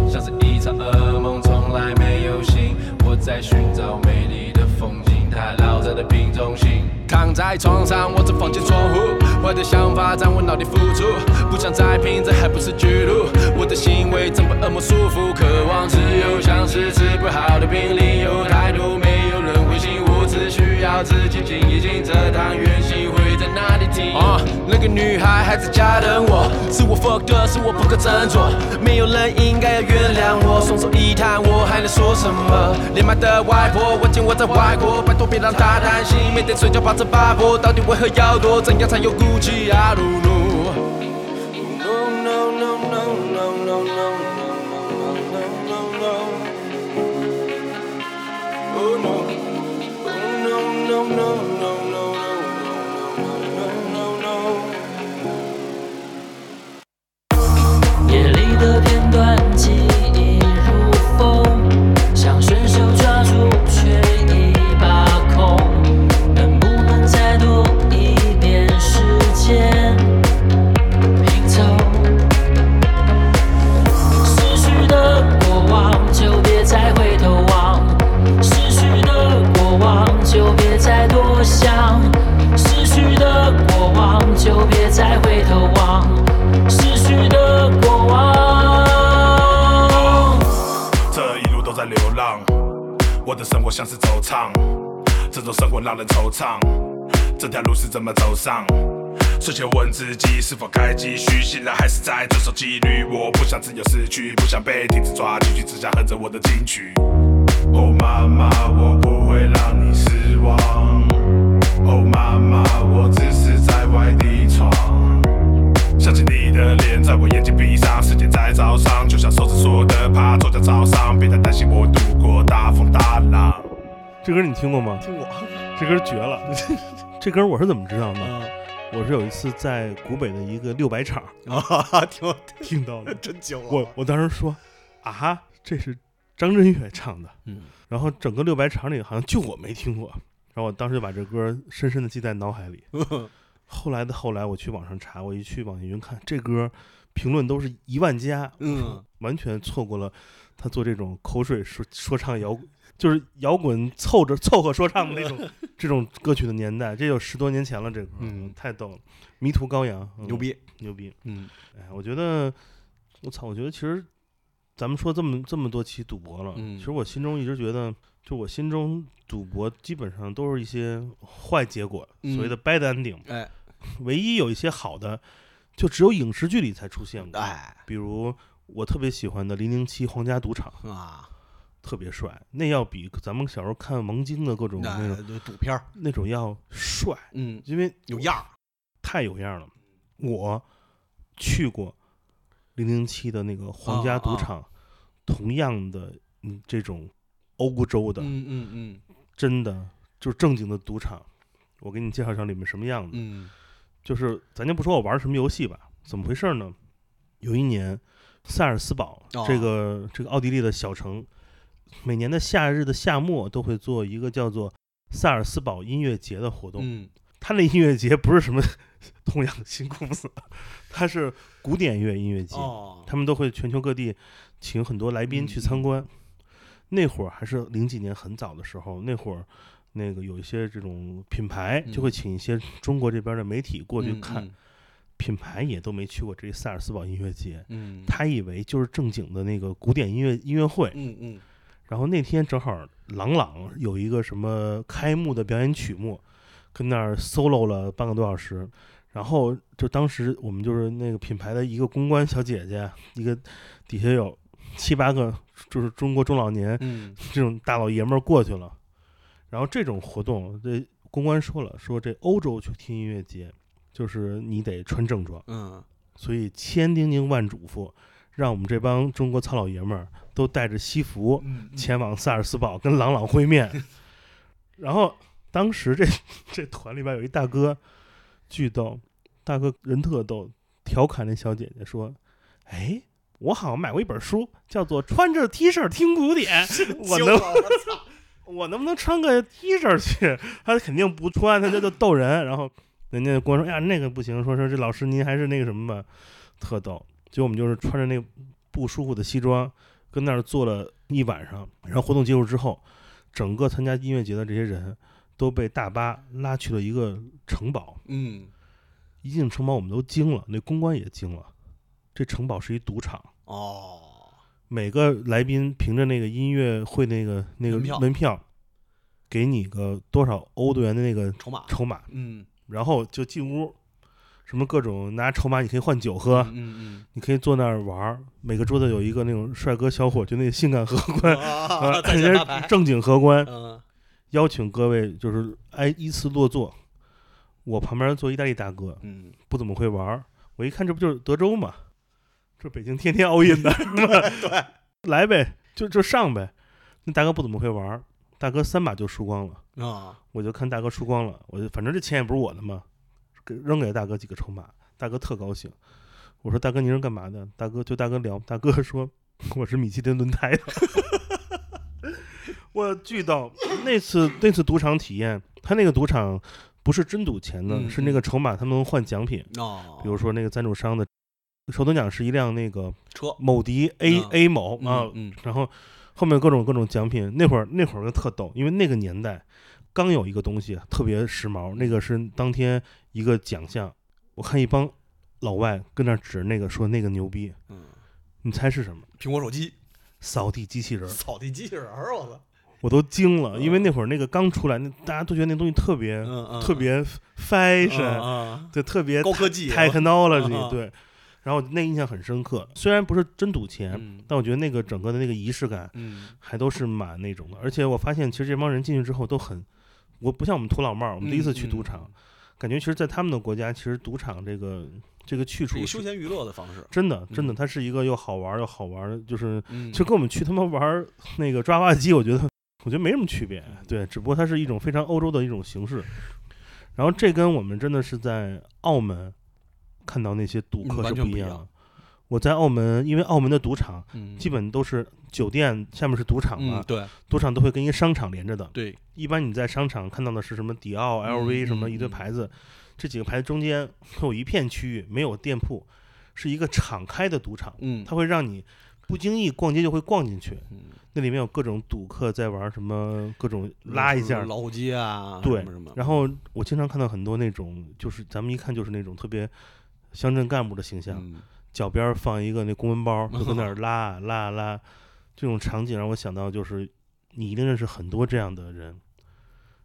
像是一场噩梦，从来没有醒。我在寻找美丽的风景，它烙在的瓶中心。躺在床上，我在房间窗户，坏的想法在我脑里浮出，不想再拼，这还不是巨鹿。我的行为怎被恶魔束缚，渴望自由像是治不好的病，理由太多，没有人会信我，只需要自己静一静，这趟远行会在哪里停？啊，那个女孩还在家等我，是我 fuck 的，是我不够斟酌，没有人应该要原谅我，双手一摊，我还能说什么？年迈的外婆，我见我在外国，拜托别让她担心，每天睡觉抱着巴博，到底为何要躲？怎样才有骨气啊？鲁鲁。No no no no no no no no no no Oh no Oh no no no no no no no no no 夜里的片段记忆如风，想伸手抓住却已把控。能不能再多一点时间拼凑？逝去的过往，就别再回头望；逝去的过往，就别再多想；逝去的过往，就别再回头望；逝去的过往。这一路都在流浪，我的生活像是惆怅，这种生活让人惆怅，这条路是怎么走上？睡前问自己是否该继续，醒来还是在这首纪律，我不想自由失去，不想被停止抓进去，只想哼着我的金曲。哦妈妈，我不会让你失望。哦妈妈，我只是在外地闯。想起你的脸，在我眼睛闭上，时间在早上，就像手指说的，怕错在早上，别太担心我度过大风大浪。这歌你听过吗？听我，这歌绝 了！这歌我是怎么知道呢？嗯我是有一次在古北的一个六百场 啊，挺。听到的 真久了，我我当时说啊哈，这是张震岳唱的。嗯，然后整个六百场里好像就我没听过。然后我当时就把这歌深深的记在脑海里。嗯后来的后来，我去网上查，我一去网易云看这歌，评论都是一万加，嗯，完全错过了他做这种口水说说唱摇，就是摇滚凑着凑合说唱的 那种这种歌曲的年代，这有十多年前了，这歌、嗯太逗了，迷途羔羊，嗯牛逼，牛逼，嗯哎，我觉得，我操，我觉得其实咱们说这么这么多期赌博了，嗯其实我心中一直觉得，就我心中赌博基本上都是一些坏结果，所谓的 bad ending，哎 唯一有一些好的，就只有影视剧里才出现过，哎比如我特别喜欢的《零零七皇家赌场》，啊，特别帅，那要比咱们小时候看王晶的各种那那种赌片儿，那种要帅，嗯，因为有样儿，太有样了。我去过零零七的那个皇家哦赌场，同样的，嗯，这种欧洲的，嗯嗯真的就是正经的赌场。我给你介绍一下里面什么样子，嗯就是咱就不说我玩什么游戏吧，怎么回事呢？有一年，萨尔斯堡、哦这个这个奥地利的小城，每年的夏日的夏末都会做一个叫做萨尔斯堡音乐节的活动。嗯他那音乐节不是什么 痛痒新裤子，他是古典乐音乐嗯，节， 哦，他们都会全球各地请很多来嗯宾去参观。那会儿还是零几年很早的时候，那会儿那个有一些这种品牌嗯就会请一些中国这边的媒体过去嗯看，，品牌也都没去过这萨尔斯堡音乐节。嗯，嗯他以为就是正经的那个古典音乐音乐会，嗯嗯然后那天正好朗朗有一个什么开幕的表演曲目，跟那儿 solo 了半个多小时。然后就当时我们就是那个品牌的一个公关小姐姐，一个底下有七八个就是中国中老年嗯这种大老爷们儿过去了。然后这种活动，这公关说了，说这欧洲去听音乐节，就是你得穿正装。嗯所以千叮咛万嘱咐，让我们这帮中国糙老爷们儿都带着西服，嗯，前往萨尔斯堡跟朗朗会面。然后当时这这团里边有一大哥，巨逗，大哥人特逗，调侃那小姐姐说：“哎，我好像买过一本书，叫做《穿着 T 恤听古典》，我能 我能不能穿个 T 恤去？” 他肯定不穿，他这就逗人。然后人家跟我说：“哎呀，那个不行，说说这老师您还是那个什么吧，特逗。”结果我们就是穿着那不舒服的西装，跟那儿坐了一晚上。然后活动结束之后，整个参加音乐节的这些人都被大巴拉去了一个城堡。嗯一进城堡，我们都惊了，那公关也惊了。这城堡是一赌场，哦，每个来宾凭着那个音乐会那个那个门票门票，给你个多少欧元的那个筹码，筹码，嗯然后就进屋，什么各种拿筹码你可以换酒喝，嗯你可以坐那儿玩儿。每个桌子有一个那种帅哥小伙，就那性感荷 官，嗯，啊，再人见家大牌， 正经荷官，嗯邀请各位就是挨依次落座。我旁边坐意大利大哥，嗯，不怎么会玩儿，我一看这不就是德州嘛，这北京天天 奥运的，是吧？对，来呗，就就上呗。那大哥不怎么会玩儿，大哥三把就输光了，啊，我就看大哥输光了，我就反正这钱也不是我的嘛，给扔给大哥几个筹码，大哥特高兴。我说大哥您是干嘛的？大哥就大哥聊，大哥说 我是米其林轮胎的。 我巨到那次那次赌场体验，他那个赌场不是真赌钱的，嗯是那个筹码他们能换奖品，哦，比如说那个赞助商的首等奖是一辆那个车某迪 A、嗯 A 某啊，嗯嗯然后后面各种各种奖品。那会儿那会儿就特逗，因为那个年代刚有一个东西啊特别时髦，那个是当天一个奖项，我看一帮老外跟那儿指那个说那个牛逼，嗯，你猜是什么？苹果手机，扫地机器人儿，扫地机器人儿， 我操，我都惊了，嗯因为那会儿那个刚出来，那大家都觉得那东西特别、嗯嗯，特别 fashion，、啊，对，特别高科技， technology，啊对。然后那印象很深刻，虽然不是真赌钱，嗯但我觉得那个整个的那个仪式感嗯还都是蛮那种的。而且我发现，其实这帮人进去之后都很，我不像我们土老帽儿，我们第一次去嗯赌场，感觉其实，在他们的国家，其实赌场这个这个去是处一是休闲娱乐的方式，真的真的，嗯它是一个又好玩儿又好玩儿的，就是嗯，就跟我们去他妈玩儿那个抓娃娃机，我觉得 我觉得没什么区别，对，只不过它是一种非常欧洲的一种形式。然后这跟我们真的是在澳门看到那些赌嗯客完是全不一不一样。样我在澳门，因为澳门的赌场嗯基本都是酒店下面是赌场嘛，嗯，对赌场都会跟一个商场连着的。对，一般你在商场看到的是什么迪奥、嗯 LV 什么嗯一堆嗯牌子，这几个牌子中间会有一片区域没有店铺，是一个敞开的赌场，嗯，它会让你不经意逛街就会逛进去嗯。那里面有各种赌客在玩什么各种拉一下，老虎机啊，对什么什么，然后我经常看到很多那种就是咱们一看就是那种特别乡镇干部的形象，嗯脚边儿放一个那公文包，就跟那儿拉 啊拉啊拉，这种场景让我想到就是你一定认识很多这样的人，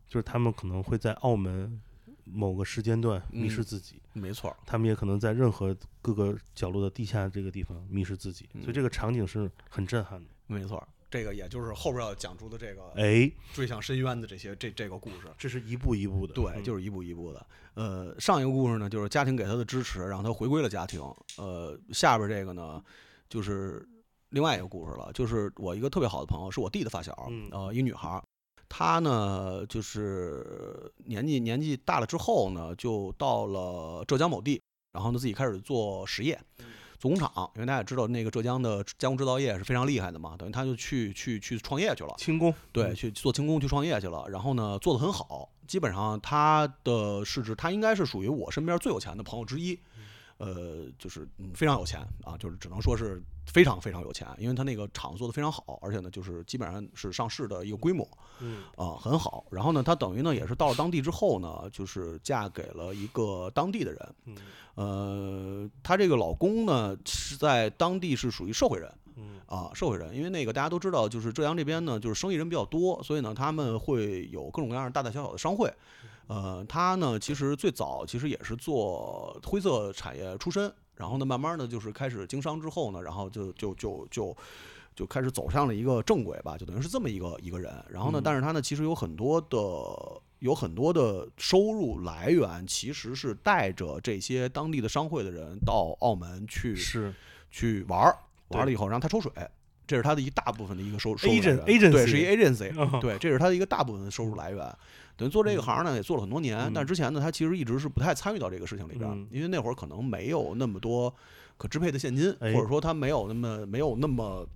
就是他们可能会在澳门某个时间段迷失嗯自己，没错儿，他们也可能在任何各个角落的地下这个地方迷失自己，所嗯以这个场景是很震撼的。没错儿。这个也就是后边要讲出的这个哎，坠向深渊的这些这这个故事，这是一步一步的，嗯对，就是一步一步的。呃，上一个故事呢，就是家庭给他的支持，让他回归了家庭。呃，下边这个呢，就是另外一个故事了，就是我一个特别好的朋友，是我弟的发小，嗯呃，一女孩儿。她呢，就是年纪年纪大了之后呢，就到了浙江某地，然后呢自己开始做实业，嗯做工厂。因为大家也知道，那个浙江的加工制造业是非常厉害的嘛，等于她就去去去创业去了。轻功，嗯对，去做轻工去创业去了，然后呢做得很好，基本上他的市值，他应该是属于我身边最有钱的朋友之一，嗯呃，就是嗯非常有钱啊，就是只能说是非常非常有钱，因为他那个厂做得非常好，而且呢就是基本上是上市的一个规模，嗯啊、很好。然后呢，她等于呢也是到了当地之后呢，就是嫁给了一个当地的人，嗯呃，她这个老公呢是在当地是属于社会人，啊，社会人，因为那个大家都知道，就是浙江这边呢，就是生意人比较多，所以呢，他们会有各种各样的大大小小的商会。呃，她呢，其实最早其实也是做灰色产业出身，然后呢，慢慢的就是开始经商之后呢，然后就就就就就开始走上了一个正轨吧，就等于是这么一个一个人。然后呢，但是她呢，其实有很多的有很多的收入来源，其实是带着这些当地的商会的人到澳门去是去玩儿，对玩了以后让他抽水，这是他的一大部分的一个收收入 Agent- 来源 agency 对，是一 agency，、 哦嗯对，这是他的一个大部分的收入来源。等于做这个行呢，也做了很多年，但之前呢，他其实一直是不太参与到这个事情里边儿，嗯因为那会儿可能没有那么多可支配的现金，哎或者说他没有那么没有那么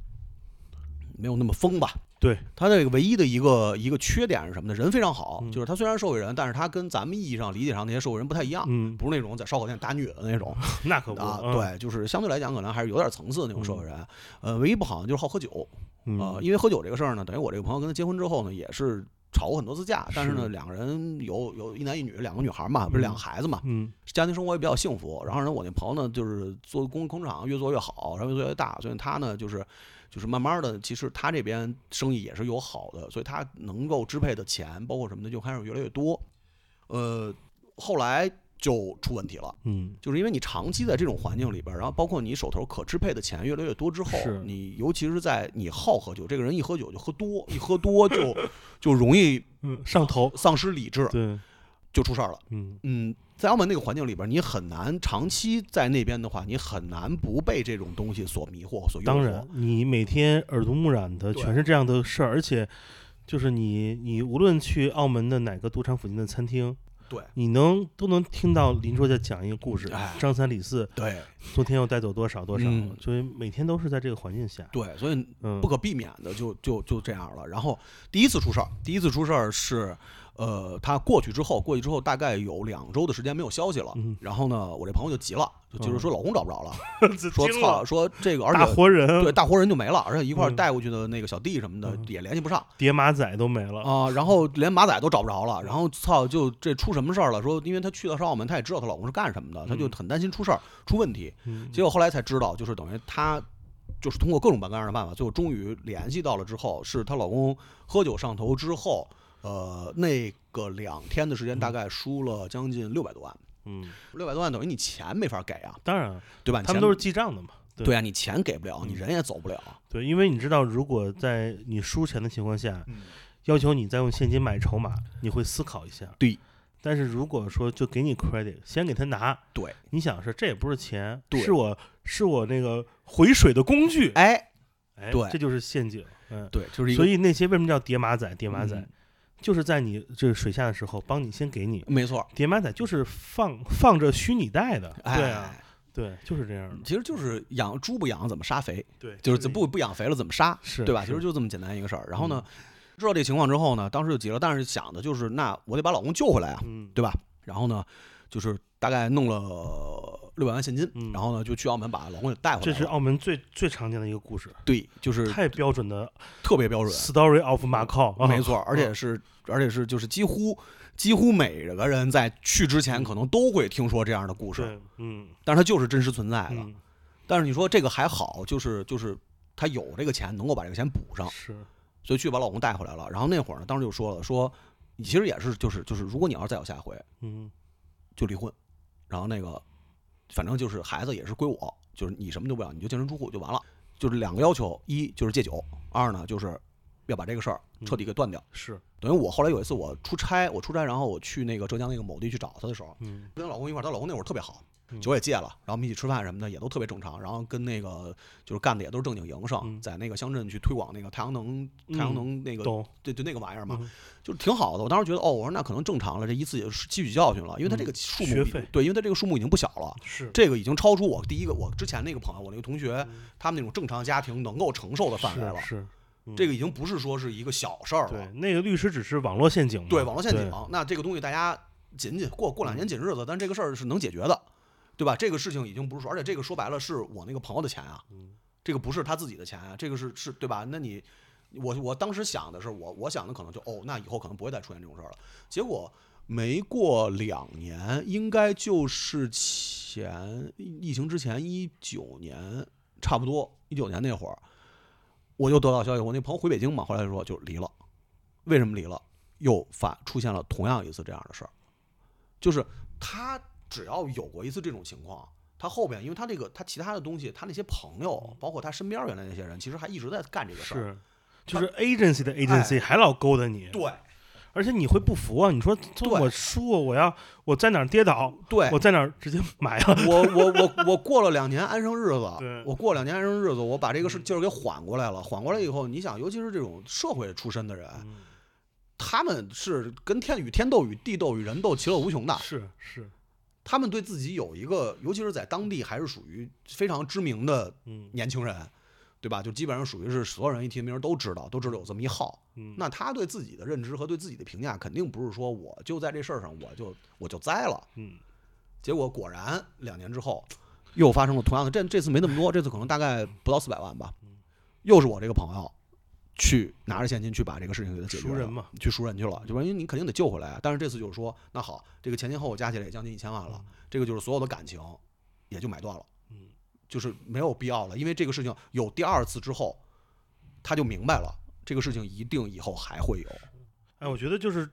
没有那么疯吧，对，他这个唯一的一个一个缺点是什么呢？人非常好，嗯就是他虽然是社会人，但是他跟咱们意义上理解上那些社会人不太一样，嗯不是那种在烧烤店打女的那种那可不啊，，嗯对，就是相对来讲可能还是有点层次的那种社会人。呃，唯一不好的就是好喝酒嗯啊、呃因为喝酒这个事儿呢，等于我这个朋友跟他结婚之后呢，也是吵过很多次架，但是呢，是两个人有有一男一女两个女孩嘛，不是两个孩子嘛，嗯家庭生活也比较幸福。然后呢，我那朋友呢，就是做工工厂越做越好，然后越做越大，所以他呢就是就是慢慢的，其实他这边生意也是有好的，所以他能够支配的钱，包括什么的，就开始越来越多。呃，后来就出问题了。嗯，就是因为你长期在这种环境里边儿，然后包括你手头可支配的钱越来越多之后是，你尤其是在你好喝酒，这个人一喝酒就喝多，一喝多就就容易嗯，上头，丧失理智，对，就出事儿了。嗯，嗯，在澳门那个环境里边儿，你很难长期在那边的话，你很难不被这种东西所迷惑、所诱惑。当然，你每天耳濡目染的对全是这样的事儿，而且就是你，你无论去澳门的哪个赌场附近的餐厅，对你能都能听到邻桌在讲一个故事哎，张三李四对昨天又带走多少多少嗯，所以每天都是在这个环境下，对，所以嗯，不可避免的就就就这样了。然后第一次出事儿，第一次出事儿是，呃，他过去之后，过去之后大概有两周的时间没有消息了。嗯然后呢，我这朋友就急了，就就是说老公找不着了， 说说操，说这个而大且活人，对，大活人就没了，而且一块儿嗯带过去的那个小弟什么的也联系不上叠马仔都没了，啊、然后连马仔都找不着了，然后操，就这出什么事儿了？说因为她去的是澳门，她也知道她老公是干什么的，她就很担心出事儿出问题。嗯结果后来才知道，就是等于她就是通过各种各样的办法，最后终于联系到了之后，是她老公喝酒上头之后，呃，那个两天的时间大概输了将近六百多万，嗯，六百多万等于你钱没法给啊，当然，对吧？你他钱们都是记账的嘛，对嗯对啊，你钱给不了，你人也走不了，对，因为你知道，如果在你输钱的情况下，要求你再用现金买筹码，你会思考一下。对，但是如果说就给你 credit，先给他拿，对，你想是这也不是钱，对是我是我那个回水的工具，哎。哎，对这就是陷阱。嗯，对，就是一个所以那些为什么叫叠马仔？叠马仔、嗯就是在你这水下的时候，帮你先给你没错，叠马仔，就是放放着虚拟贷的。哎、对啊，，对，就是这样的。其实就是养猪不养怎么杀肥，对，就是不不养肥了怎么杀，是对吧？是嗯其实就这么简单一个事儿。然后呢，知道这个情况之后呢，当时就急了，但是想的就是，那我得把老公救回来啊，嗯，对吧？然后呢，就是大概弄了六百万现金，嗯然后呢就去澳门把老公给带回来了。这是澳门最最常见的一个故事，对，就是太标准的特别标准，啊 story of 马靠，啊没错，而且是而且是就是几乎几乎每个人在去之前可能都会听说这样的故事，对，嗯但是它就是真实存在的。嗯，但是你说这个还好，就是就是他有这个钱，能够把这个钱补上，是，所以去把老公带回来了。然后那会儿呢，当时就说了，说你其实也是就是就是，如果你要是再有下回，嗯就离婚，然后那个反正就是孩子也是归我，就是你什么都不要，你就净身出户就完了。就是两个要求，一就是戒酒，二呢就是要把这个事儿嗯彻底给断掉。是，等于我后来有一次我出差，我出差，然后我去那个浙江那个某地去找她的时候，嗯跟她老公一块儿，她老公那会儿特别好，酒也戒了，然后我们一起吃饭什么的也都特别正常，然后跟那个就是干的也都是正经营生，嗯在那个乡镇去推广那个太阳能太阳嗯能那个懂，对对那个玩意儿嘛，嗯就是挺好的。我当时觉得哦，我说那可能正常了，这一次也是吸取教训了，因为他这个数目嗯学比、费对，因为他这个数目已经不小了。是，这个已经超出我第一个我之前那个朋友，我那个同学，他们那种正常家庭能够承受的范围了。嗯是是，嗯这个已经不是说是一个小事儿对了，，那个律师只是网络陷阱嘛，对网络陷阱对，。那这个东西大家紧紧过过两年紧日子，但这个事儿是能解决的，对吧？这个事情已经不是说，而且这个说白了是我那个朋友的钱啊，这个不是他自己的钱啊，这个是是对吧？那你我我当时想的是，我我想的可能就哦，那以后可能不会再出现这种事儿了。结果没过两年，应该就是前疫情之前一九年，差不多一九年那会儿，我就得到消息，我那朋友回北京嘛，后来就说就离了。为什么离了？又发出现了同样一次这样的事儿，就是他只要有过一次这种情况，他后边因为他这个他其他的东西，他那些朋友，包括他身边原来那些人，其实还一直在干这个事儿。是，就是 agency 的 agency 还老勾搭你，哎对而且你会不服啊？你说这对我输，我要我在哪儿跌倒，对，我在哪儿直接啊埋了。 我我我我过了两年安生日子对，嗯我过了两年安生日子，我把这个事劲儿给缓过来了。缓过来以后，你想，尤其是这种社会出身的人，嗯他们是跟天与天斗，与地斗，与人斗，其乐无穷的。是是，他们对自己有一个，尤其是在当地还是属于非常知名的嗯年轻人，对吧？就基本上属于是所有人一提名都知道，都知道有这么一号。嗯，那他对自己的认知和对自己的评价，肯定不是说我就在这事儿上我就我就栽了。嗯结果果然两年之后又发生了同样的，这这次没那么多，这次可能大概不到四百万吧。嗯又是我这个朋友去拿着现金去把这个事情给他解决了，赎人嘛去赎人去了，就因为你肯定得救回来啊。但是这次就是说，那好，这个前前后后加起来也将近一千万了，这个就是所有的感情也就买断了，嗯，就是没有必要了，因为这个事情有第二次之后，他就明白了。这个事情一定以后还会有，哎，我觉得就是，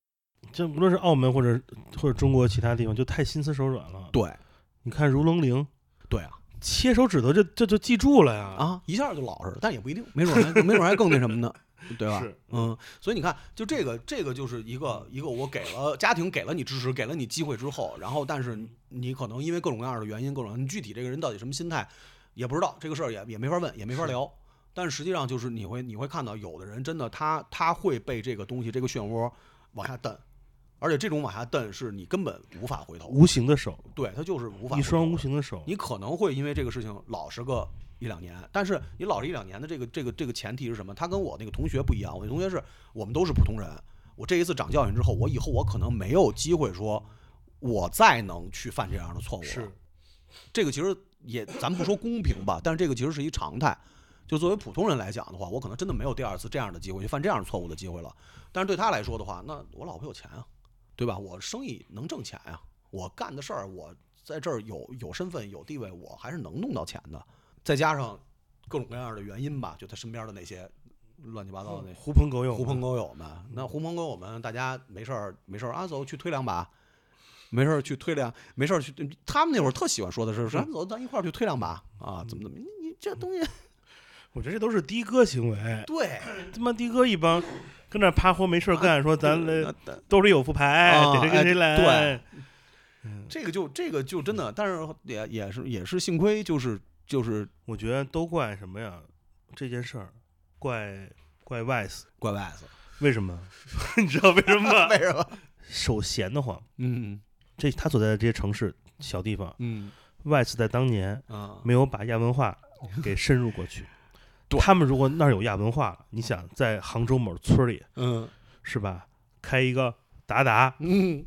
这无论是澳门或者或者中国其他地方，就太心慈手软了。对你看如龙灵对啊切手指头就，这这就记住了呀。，啊，一下就老实了，但也不一定，没 准还没准还更那什么呢，对吧？是嗯，所以你看，就这个，这个就是一个一个，我给了家庭给了你支持，给了你机会之后，然后但是你可能因为各种各样的原因，各种你具体这个人到底什么心态也不知道，这个事儿也也没法问，也没法聊。但是实际上就是你会你会看到，有的人真的他他会被这个东西这个漩涡往下蹬，而且这种往下蹬是你根本无法回头，无形的手，对他就是无法一回双头无的形的手。你可能会因为这个事情老实个一两年，但是你老实一两年的这个这个这个前提是什么？他跟我那个同学不一样，我那同学是我们都是普通人。我这一次长教训之后，我以后我可能没有机会说，我再能去犯这样的错误了。是，这个其实也咱不说公平吧，但是这个其实是一常态。就作为普通人来讲的话，我可能真的没有第二次这样的机会去犯这样的错误的机会了。但是对他来说的话，那我老婆有钱啊，对吧？我生意能挣钱啊，我干的事儿，我在这儿有有身份有地位，我还是能弄到钱的。再加上各种各样的原因吧，就他身边的那些乱七八糟的那狐朋狗友嘛，狐朋狗友们，那狐朋狗友们，大家没事儿没事儿啊，走去推两把，没事儿去推两，没事儿去。他们那会儿特喜欢说的是，说走，咱一块儿去推两把啊，怎么怎么，你你这东西，我觉得这都是的哥行为。对，他妈的哥一帮跟那儿趴活没事儿干，说 咱来那那兜里有副牌，啊逮谁跟谁来。哎，这个就这个就真的，但是也也是也是幸亏就是就是我觉得都怪什么呀？这件事儿怪怪 Wise，怪外子，为什么？ 你知道为什么吗？ 为什 么？首闲的慌，嗯这他所在的这些城市小地方嗯，Wise 在当年啊，没有把亚 文化给深入过去对。他们如果那儿有亚文化了，你想在杭州某村里嗯是吧？开一个达达，嗯，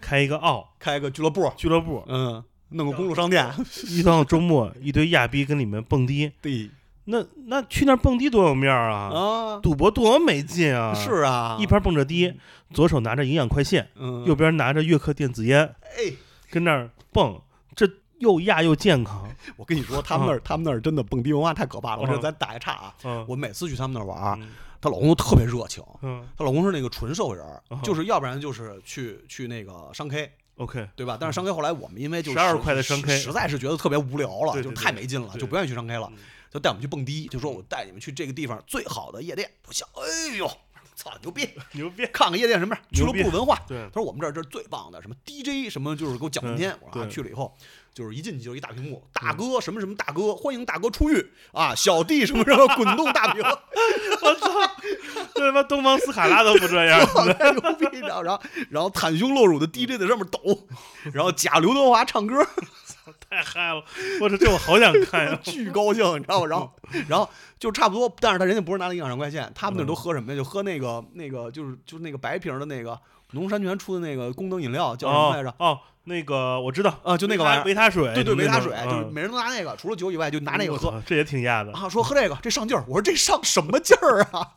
开一个奥开个俱乐部，俱乐部，嗯，弄个公路商店，一到周末一堆亚逼跟里面蹦迪，对那那去那儿蹦迪多有面儿啊！啊，赌博多没劲啊！是啊，一边蹦着迪，左手拿着营养快线，嗯右边拿着悦克电子烟，哎，跟那儿蹦，这又亚又 健康。我跟你说，他们啊那儿他们那儿真的蹦迪文化太可怕了。我这嗯咱打个岔啊，嗯，我每次去他们那儿玩儿，她老公都特别热情。嗯她老公是那个纯社会人儿嗯，就是要不然就是去去那个商 K， ，OK， 对吧？但是商 K 后来我们因为就是12块的商 K 实实在是觉得特别无聊了，对就对太没劲了，对就不愿意去商 K 了嗯，就带我们去蹦迪，就说我带你们去这个地方最好的夜店。我想，哎呦，操，牛逼！ 牛逼！看看夜店什么样，俱乐牛逼部文化。对他说我们这儿这是最棒的，什么 DJ 什么，就是给我讲半天嗯。我说啊，对嗯去了以后，就是一进去就是一大屏幕，大哥什么什么大哥，欢迎大哥出狱啊，小弟什么什么滚动大 屏， 这他妈东方斯卡拉都不这样。我太牛逼！然后然后然后袒胸露乳的 DJ 在上面抖， 然后假刘德华唱歌，！太嗨了！我操，这我好想看呀 巨高兴，你知道吗？然 后，然后就差不多，但是他人家不是拿那营养快线，他们那都喝什么呀？就喝那个那个，就是就是那个白瓶的那个农山泉出的那个功能饮料，叫什么来着哦？哦，那个我知道啊就那个玩意儿维他维他水，对对，嗯维他什么水，那就种嗯是每人都拿那个，除了酒以外，就拿那个，嗯我喝操这也挺亚的，啊。说喝这个，这上劲儿。我说这上什么劲儿 啊？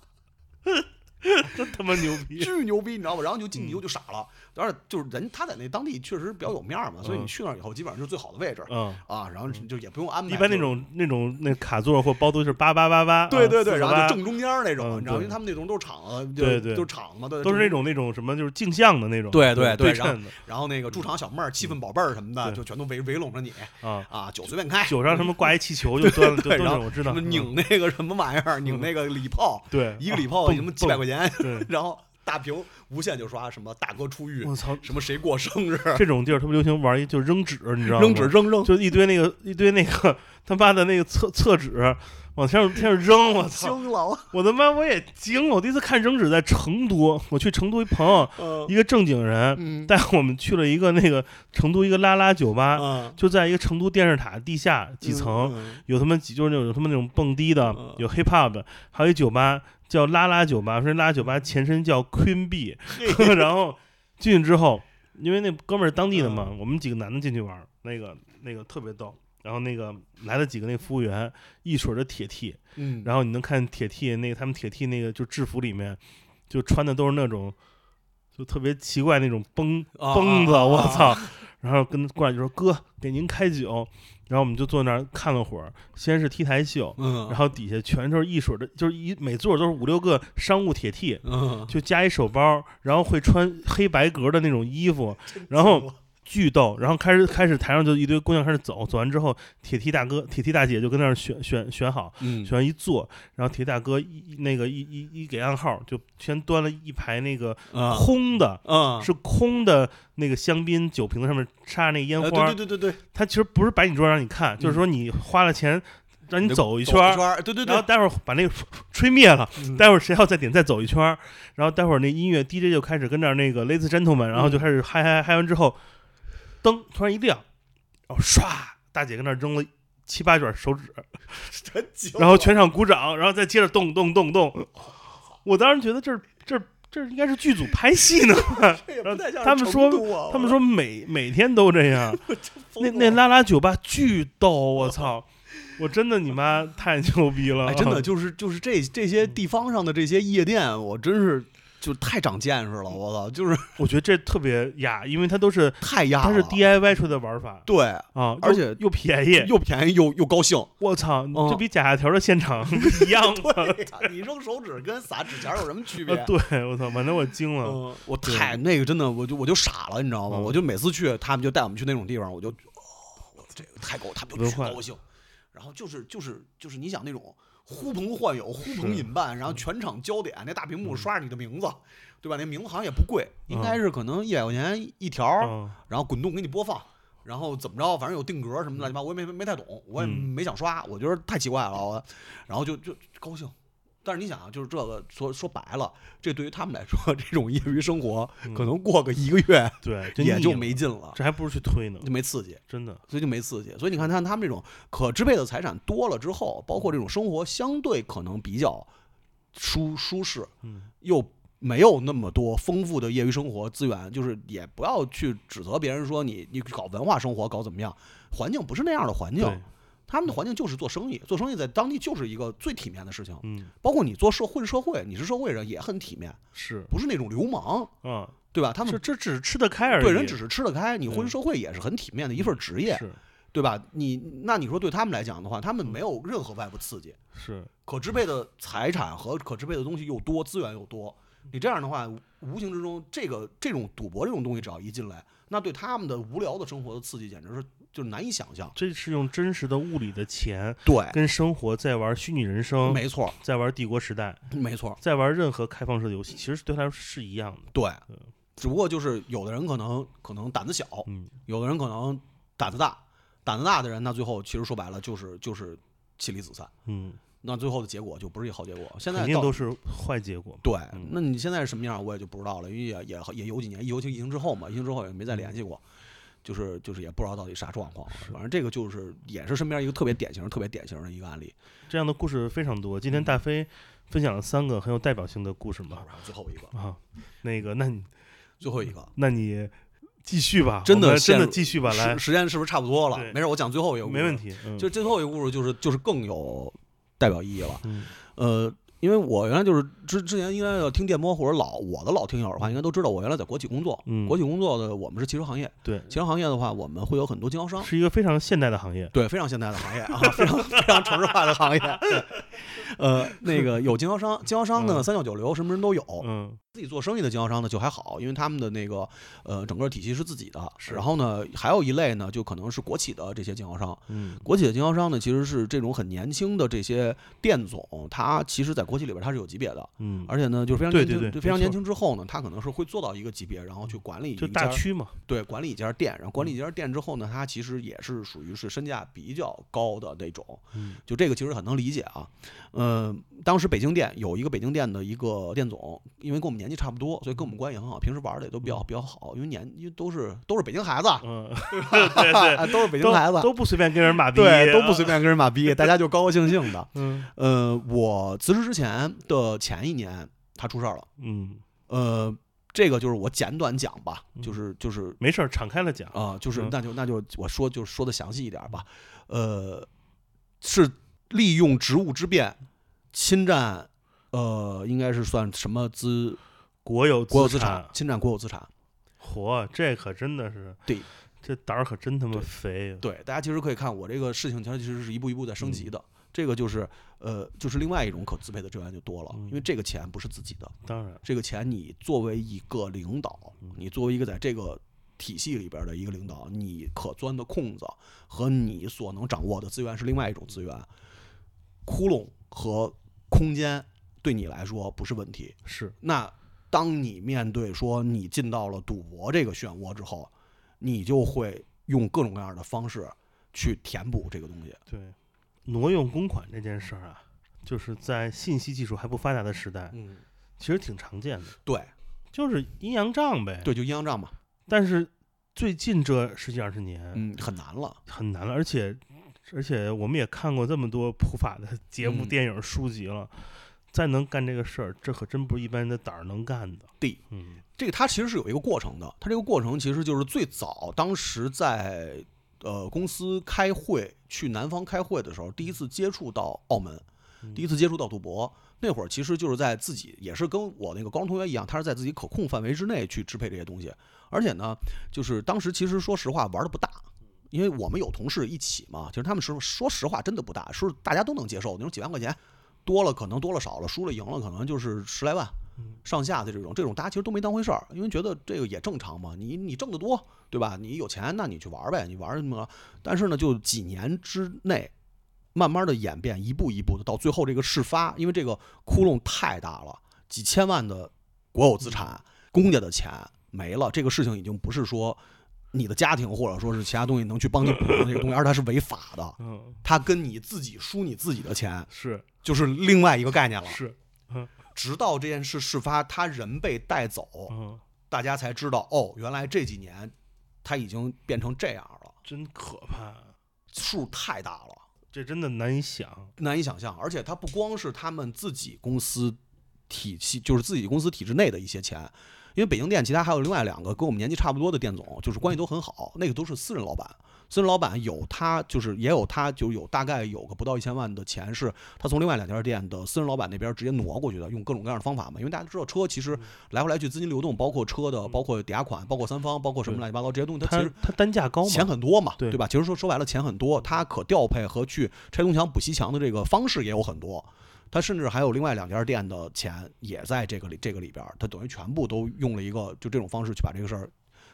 真他妈牛逼！巨牛逼，你知道吗？然后就进去以后就傻了。当然，就是人他在那当地确实比较有面儿嘛，所以你去那儿以后，基本上就是最好的位置嗯，啊。然后就也不用安排，一般那就种那种那卡座或包都是八八八八，对啊对对，然后就488正中间儿那种，嗯你知道，因对为他们那种都是厂啊子，就对对就是厂子嘛，对，都是那种。种那种什么就是镜像的那种，对对对对然后称的然后那个驻场小妹儿、气氛宝贝儿什么的，嗯对就全都围围拢着你啊，啊，酒随便开，酒上什么挂一气球就端了，就 对，端然了，后我知道什么，嗯拧那个什么玩意儿，拧那个礼炮，对一个啊礼炮蹦什么几百块蹦钱，对然后大屏无限就刷什么大哥出狱我，操，什么谁过生日，这种地儿特别流行玩一就扔纸，你知道吗？扔纸扔扔，就一堆那个一堆那个 他妈的那个厕厕纸往天上天上扔，我操！惊了，我他妈我也惊了，我第一次看扔纸在成都，我去成都一朋友嗯一个正经人嗯带我们去了一个那个成都一个拉拉酒吧，嗯，就在一个成都电视塔地下几层，嗯，有他妈几就是那种有他妈那种蹦迪的嗯，有 hip hop 的，还有一酒吧叫拉拉酒吧，说拉拉酒嗯吧前身叫 Queen B，然 后进去之后，因为那哥们儿当地的嗯嘛，我们几个男的进去玩儿，那个那个特别逗。然后那个来了几个那服务员，一水儿的铁 T，嗯，然后你能看铁 T 那个他们铁 T 那个就制服里面，就穿的都是那种就特别奇怪那种绷啊绷子，啊我啊 操！然后跟过来就说哥给您开酒，然后我们就坐那儿看了会儿，先是 T 台秀，嗯，然后底下全都是一水儿的，就是一每座都是五六个商务铁 T，嗯，就加一手包，然后会穿黑白格的那种 衣服，然后巨逗，然后开始开始台上就一堆姑娘开始走，走完之后，铁 T 大哥、铁 T 大姐就跟那儿选选选好，嗯选完一坐，然后铁 T 大哥一一那个一一一给暗号，就先端了一排那个啊空的。啊，是空的那个香槟酒瓶子上面插那烟呃花，对对对对对，他其实不是摆你桌上让你看，就是说你花了钱让你走一走圈儿，儿，对对然后对，待会儿把那个吹灭了，嗯待会儿谁要再点再走一圈儿，然后待会儿那音乐 DJ 就开始跟那儿那个 Ladies Gentlemen，然后嗯就开始嗨嗨嗨完之后，灯突然一亮，然后唰，大姐跟那儿扔了。七八卷手指， 真惊然后全场鼓掌，然后再接着动动动 动。我当时觉得这儿这儿这儿应该是剧组拍戏呢。 这也不然后太像他们成说都啊他们说每每天都这样，那那拉拉酒吧巨逗，我操！我真的你妈太牛逼了，啊哎，真 的就是就是这这些地方上的这些夜店，我真是就太长见识了，我操，就是 我觉得这特别雅，因为它都是太压了。它是 DIY 出的玩法对，啊，而又且又便宜。又便宜又又高兴。 我操，嗯这比假牙条的现场 一 样吗？你扔手指跟撒纸钱有什么区别？啊， 对我操，反正我惊了。嗯，我太那个真的，我就我就傻了，你知道吗？嗯我就每次去，他们就带我们去那种地方，我就，哦，我这个太高，他们就文巨化高兴，然后就是就是就是你想那种呼朋唤友、呼朋引伴，嗯然后全场焦点，那大屏幕刷着你的名字，对吧？那名字好像也不贵，应该是可能一百块钱一条，嗯然后滚动给你播放。然后怎么着，反正有定格什么乱七八，我也没没太懂，我也嗯没想刷，我觉得太奇怪了，我然后就就就高兴。但是你想啊，就是这个说说白了，这对于他们来说，这种业余生活可能过个一个月，嗯对，也腻就了没劲了，这还不如去推呢，就没刺激。真的，所以就没刺激。所以你看，看他们这种可支配的财产多了之后，包括这种生活相对可能比较舒舒适，嗯，又没有那么多丰富的业余生活资源，就是也不要去指责别人说你你搞文化生活搞怎么样，环境不是那样的环境对。嗯他们的环境就是做生意，做生意在当地就是一个最体面的事情。嗯，包括你做社混社会，你是社会人也很体面，是不是那种流氓，啊，对吧？他这们这只是吃得开而已，对人只是吃得开，你混嗯社会也是很体面的一份职业。是对吧？你那你说对他们来讲的话，他们嗯没有任何外部刺激，是，可支配的财产和可支配的东西又多，资源又多。你这样的话，无形之中，这个这种赌博这种东西只要一进来，那对他们的无聊的生活的刺激简直是就是难以想象。这是用真实的物理的钱对，跟生活在玩虚拟人生，哎没错，在玩帝国时代，没错，在玩任何开放式的游戏，其实对他来说是一样的，对。只不过就是有的人可能可能胆子小，嗯，有的人可能胆子大，胆子大的人，那最后其实说白了就是就是妻离子散，嗯，那最后的结果就不是一个好结果。现在肯定到都是坏结果嘛，对嗯，那你现在是什么样，我也就不知道了，因为也也也有几年，尤其疫情之后嘛，疫情之后也没再联系过，就是就是也不知道到底啥状况了。反正这个就是也是身边一个特别典型、特别典型的一个案例。这样的故事非常多。嗯今天大飞分享了三个很有代表性的故事嘛，然后最后一个，啊，那个，那你最后一个，那你继续吧，真我的们真陷的入继续吧，来时，时间是不是差不多了对？没事，我讲最后一个，没问。题，嗯就最后一个故事，就是就是更有代表意义了。嗯呃，因为我原来就是之之前应该要听电波或者老我的老听友的话，应该都知道我原来在国企工作。嗯国企工作的我们是汽车行业，对，汽车行业的话，我们会有很多经销商。是一个非常现代的行业，对，非常现代的行业啊，非常非常城市化的行业。对，呃，那个有经销商，经销商呢，嗯三教九流，什么人都有。嗯自己做生意的经销商呢就还好，因为他们的那个呃整个体系是自己的。然后呢，还有一类呢，就可能是国企的这些经销商。嗯国企的经销商呢，其实是这种很年轻的这些店总，他其实在国企里边他是有级别的，嗯，而且呢，就是非常对年轻，对对非常没年错轻之后呢，他可能是会做到一个级别，然后去管理就一大家区嘛，对，管理一家店，然后嗯管理一家店之后呢，它其实也是属于是身价比较高的那种，嗯就这个其实很能理解啊。嗯，当时北京店有一个北京店的一个店总，因为跟我们年纪差不多，所以跟我们关系很好，平时玩的也都比较比较好，因为年因为都是都是北京孩子，嗯，对对， 啊都是北京都孩子，都不随便跟人马逼，啊对，都不随便跟人马逼，大家就高高兴兴的。嗯呃，我辞职之前的前一年，他出事儿了，嗯，呃，这个就是我简短讲吧，嗯就是就是没事儿，敞开了讲，啊、就是嗯那就那就我说就说的详细一点儿吧，呃，是利用职务之便侵占，呃，应该是算什么资国有国有资资产，侵占国有资产。嚯，这可真的是，对，这胆儿可真他妈对肥啊，对，大家其实可以看我这个事情，它其实是一步一步在升级的。这个就是呃，就是另外一种可支配的资源就多了，因为嗯这个钱不是自己的，当然，这个钱你作为一个领导，你作为一个在这个体系里边的一个领导，你可钻的空子和你所能掌握的资源是另外一种资源，窟窿和空间对你来说不是问题。是那当你面对说你进到了赌博这个漩涡之后，你就会用各种各样的方式去填补这个东西。对，挪用公款这件事儿啊，就是在信息技术还不发达的时代，嗯，其实挺常见的，对就是阴阳账呗。，对，就阴阳账嘛，但是最近这十几二十年嗯，很难了。很难了，而且而且我们也看过这么多普法的节目、嗯电影、书籍了，再能干这个事儿，这可真不是一般人的胆儿能干的。对，嗯，这个它其实是有一个过程的，它这个过程其实就是最早当时在呃公司开会去南方开会的时候，第一次接触到澳门，第一次接触到赌博。那会儿其实就是在自己，也是跟我那个高中同学一样，他是在自己可控范围之内去支配这些东西。而且呢，就是当时其实说实话玩的不大，因为我们有同事一起嘛，其实他们说说实话真的不大，是大家都能接受那种几万块钱，多了可能多了少了，输了赢了可能就是十来万上下的这种，这种大家其实都没当回事儿，因为觉得这个也正常嘛，你你挣得多，对吧？你有钱，那你去玩儿呗，你玩儿什么？但是呢，就几年之内。慢慢的演变，一步一步的到最后这个事发，因为这个窟窿太大了，几千万的国有资产、公家的钱没了，这个事情已经不是说你的家庭或者说是其他东西能去帮你补上这个东西，而它是违法的，嗯，它跟你自己输你自己的钱是就是另外一个概念了。是，直到这件事事发，他人被带走，嗯，大家才知道哦，原来这几年他已经变成这样了，真可怕，数太大了。这真的难以想。难以想象。而且它不光是他们自己公司体系，就是自己公司体制内的一些钱，因为北京电其他还有另外两个跟我们年纪差不多的店总，就是关系都很好，那个都是私人老板。私人老板有他，就是也有他，就有大概有个不到一千万的钱，是他从另外两家店的私人老板那边直接挪过去的，用各种各样的方法嘛。因为大家都知道，车其实来回来去资金流动，包括车的，包括抵押款，包括三方，包括什么乱七八糟这些东西，它它其实它单价高钱嘛？很多嘛，对吧？其实说说白了，钱很多，它可调配和去拆东墙补西墙的这个方式也有很多。它甚至还有另外两家店的钱也在这个里这个里边儿，它等于全部都用了一个就这种方式去把这个事儿，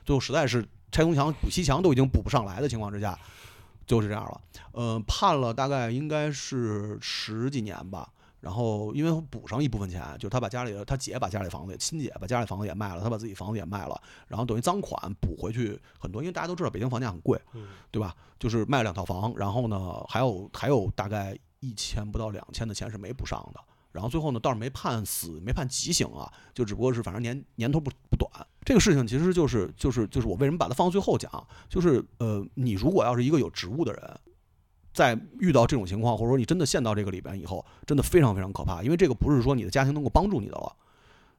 最后实在是拆东墙补西墙都已经补不上来的情况之下，就是这样了。呃，判了大概应该是十几年吧。然后因为补上一部分钱，就是他把家里的他姐把家里房子也亲姐把家里房子也卖了，他把自己房子也卖了，然后等于赃款补回去很多，因为大家都知道北京房价很贵，对吧？就是卖了两套房，然后呢还有还有大概一千不到两千的钱是没补上的。然后最后呢，倒是没判死，没判极刑啊，就只不过是反正年年头不不短。这个事情其实就是就是就是我为什么把它放到最后讲，就是呃，你如果要是一个有职务的人，在遇到这种情况，或者说你真的陷到这个里边以后，真的非常非常可怕，因为这个不是说你的家庭能够帮助你的了，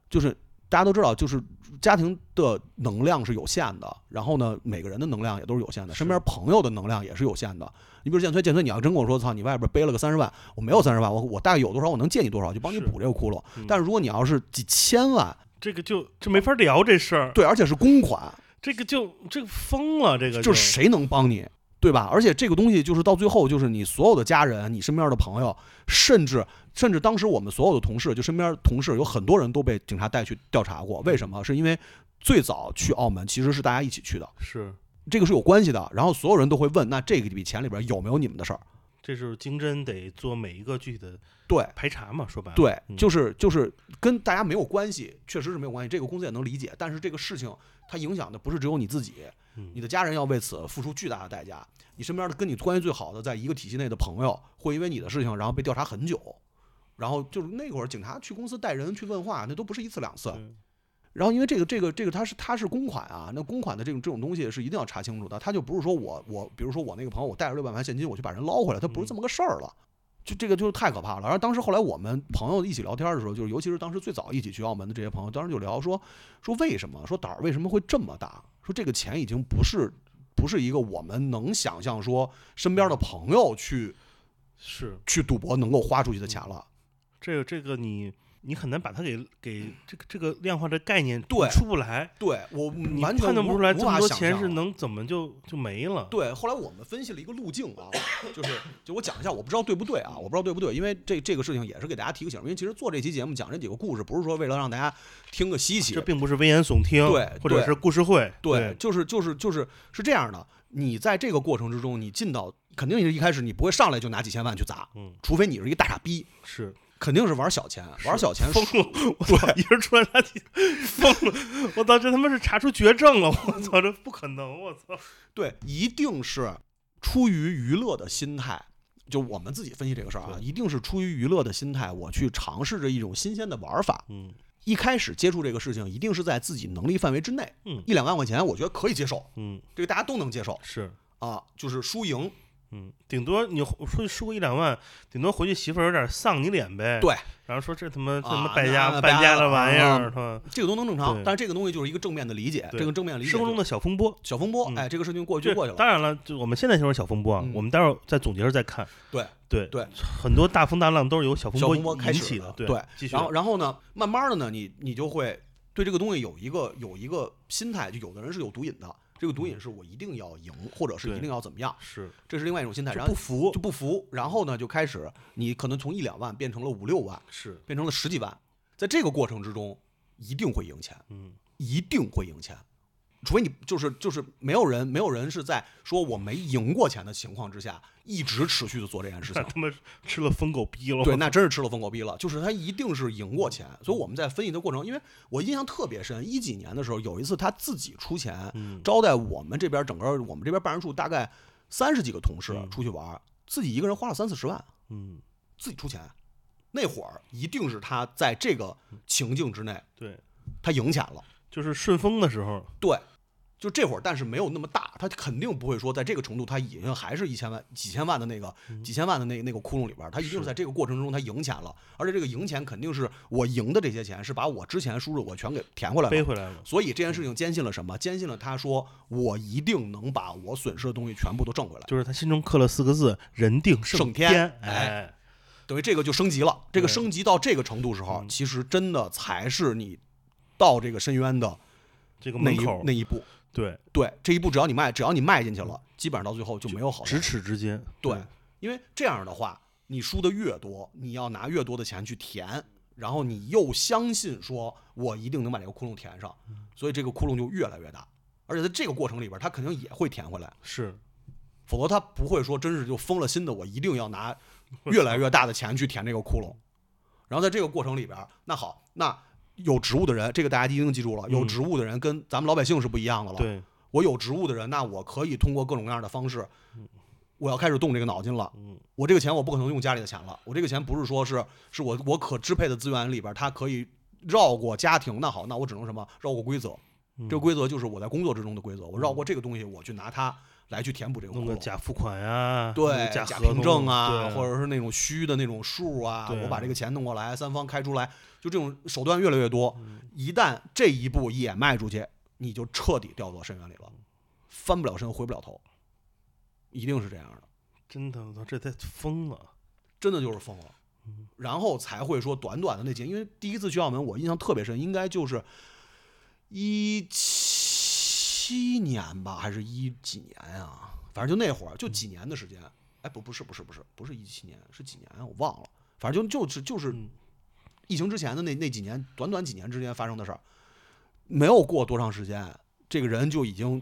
就是大家都知道，就是家庭的能量是有限的，然后呢，每个人的能量也都是有限的，身边朋友的能量也是有限的。你比如建崔，建崔，你要真跟我说，操，你外边背了个三十万，我没有三十万，我我大概有多少，我能借你多少，就帮你是补这个窟窿。嗯但是如果你要是几千万，这个就这没法聊这事儿，对，而且是公款，这个就这个疯了，这个就是谁能帮你，对吧？而且这个东西就是到最后，就是你所有的家人、你身边的朋友，甚至甚至当时我们所有的同事，就身边同事有很多人都被警察带去调查过。为什么？是因为最早去澳门其实是大家一起去的，是这个是有关系的。然后所有人都会问，那这个笔钱里边有没有你们的事儿？这就是经侦得做每一个具体的对。排查嘛，说白了，对，嗯就是就是跟大家没有关系，确实是没有关系，这个公司也能理解。但是这个事情它影响的不是只有你自己，你的家人要为此付出巨大的代价。你身边的跟你关系最好的，在一个体系内的朋友，会因为你的事情然后被调查很久。然后就是那会儿，警察去公司带人去问话，那都不是一次两次。嗯然后因为这个这个这个它是它是公款啊，那公款的这种这种东西是一定要查清楚的，他就不是说我我比如说我那个朋友我带着六百万现金我去把人捞回来，他不是这么个事儿了。就这个就是太可怕了。然后当时后来我们朋友一起聊天的时候，就是尤其是当时最早一起去澳门的这些朋友，当时就聊说说为什么说胆儿为什么会这么大？说这个钱已经不是不是一个我们能想象说身边的朋友去是去赌博能够花出去的钱了。这个这个你你很难把它给给这个这个量化的概念对出不来，对我你完全判断不无出来无这法么多想钱象是能怎么就就没了，对，后来我们分析了一个路径啊，就是就我讲一下，我不知道对不对啊，我不知道对不对，因为这这个事情也是给大家提个醒，因为其实做这期节目讲这几个故事，不是说为了让大家听个稀奇啊这，并不是危言耸听，对或者对是故事会，对，就是就是就是是这样的，你在这个过程之中，你进到肯定是一开始你不会上来就拿几千万去砸，嗯，除非你是一个大傻逼，是肯定是玩小钱，玩小钱疯了！我操，一人出来他疯了！我操，这他妈是查出绝症了！我操，这不可能！我操，对，一定是出于娱乐的心态。就我们自己分析这个事儿啊，一定是出于娱乐的心态，我去尝试着一种新鲜的玩法。嗯，一开始接触这个事情，一定是在自己能力范围之内，嗯一两万块钱，我觉得可以接受，嗯，这个大家都能接受是，啊，就是输赢，嗯，顶多你出去输个一两万，顶多回去媳妇儿有点丧你脸呗。对，然后说这他妈这啊他妈败那家那败家败的家玩意儿，啊是吧？这个都能正常对。但是这个东西就是一个正面的理解，对这个正面理解生活中就的小风波。小风波，嗯哎，这个事情过去这就过去了。当然了，就我们现在就是小风波啊，嗯我们待会儿再总结着再看。对对对，很多大风大浪都是由小风小波风波开引始起了对，继续。然后然后呢，慢慢的呢，你你就会对这个东西有一个有一个心态，就有的人是有毒瘾的，这个毒瘾是我一定要赢，或者是嗯对一定要怎么样，是这是另外一种心态。就然后不服就不服，然后呢就开始你可能从一两万变成了五六万，是，变成了十几万，在这个过程之中一定会赢钱，嗯，一定会赢钱。除非你就是就是没有人没有人是在说我没赢过钱的情况之下，一直持续的做这件事情 那。 他妈吃了疯狗逼 了。对，那真是吃了疯狗逼了。就是他一定是赢过钱，所以我们在分析的过程，因为我印象特别深，一几年的时候有一次他自己出钱、招待我们这边整个我们这边办事处大概三十几个同事出去玩，自己一个人花了三四十万，嗯，自己出钱。那会儿一定是他在这个情境之内，对，他赢钱了。就是顺风的时候，对，就这会儿，但是没有那么大，他肯定不会说在这个程度，他已经还是一千万、几千万的那个、嗯几千万的那那个窟窿里边儿，他一定是在这个过程中他赢钱了，而且这个赢钱肯定是我赢的这些钱是把我之前输入我全给填回来了，背回来了。所以这件事情坚信了什么？坚信了他说我一定能把我损失的东西全部都挣回来，就是他心中刻了四个字：人定胜天。天哎，等于这个就升级了。这个对嗯升级到这个程度时候，其实真的才是你到这个深渊的这个那门一口那，一步。对，对，这一步只要你迈，只要你迈进去嗯了，基本上到最后就没有好咫事。尺之间。对，因为这样的话，你输的越多，你要拿越多的钱去填，然后你又相信说我一定能把这个窟窿填上，所以这个窟窿就越来越大。而且在这个过程里边，他肯定也会填回来，是否则他不会说真是就疯了心的，我一定要拿越来越大的钱去填这个窟窿。然后在这个过程里边，那好，那有职务的人，这个大家一定记住了，有职务的人跟咱们老百姓是不一样的了。对，我有职务的人，那我可以通过各种各样的方式，嗯我要开始动这个脑筋了。我这个钱我不可能用家里的钱了，我这个钱不是说是是我我可支配的资源里边，它可以绕过家庭。那好，那我只能什么绕过规则。嗯这个规则就是我在工作之中的规则，我绕过这个东西，我去拿它来去填补这个弄窟个窿。假付款呀，哦弄对个假合凭同证啊，对或者是那种虚的那种数啊，对啊我把这个钱弄过来，三方开出来，就这种手段越来越多。嗯一旦这一步也迈出去，你就彻底掉到深渊里了，翻不了身，回不了头，一定是这样的，真的，我操，这太疯了。真的就是疯了。然后才会说短短的那几年，因为第一次去澳门，我印象特别深，应该就是一七年吧，还是一几年啊？反正就那会儿，就几年的时间。哎，不，不是，不是，不是，不是一七年，是几年啊？我忘了。反正就就是就是嗯疫情之前的那那几年，短短几年之间发生的事儿，没有过多长时间，这个人就已经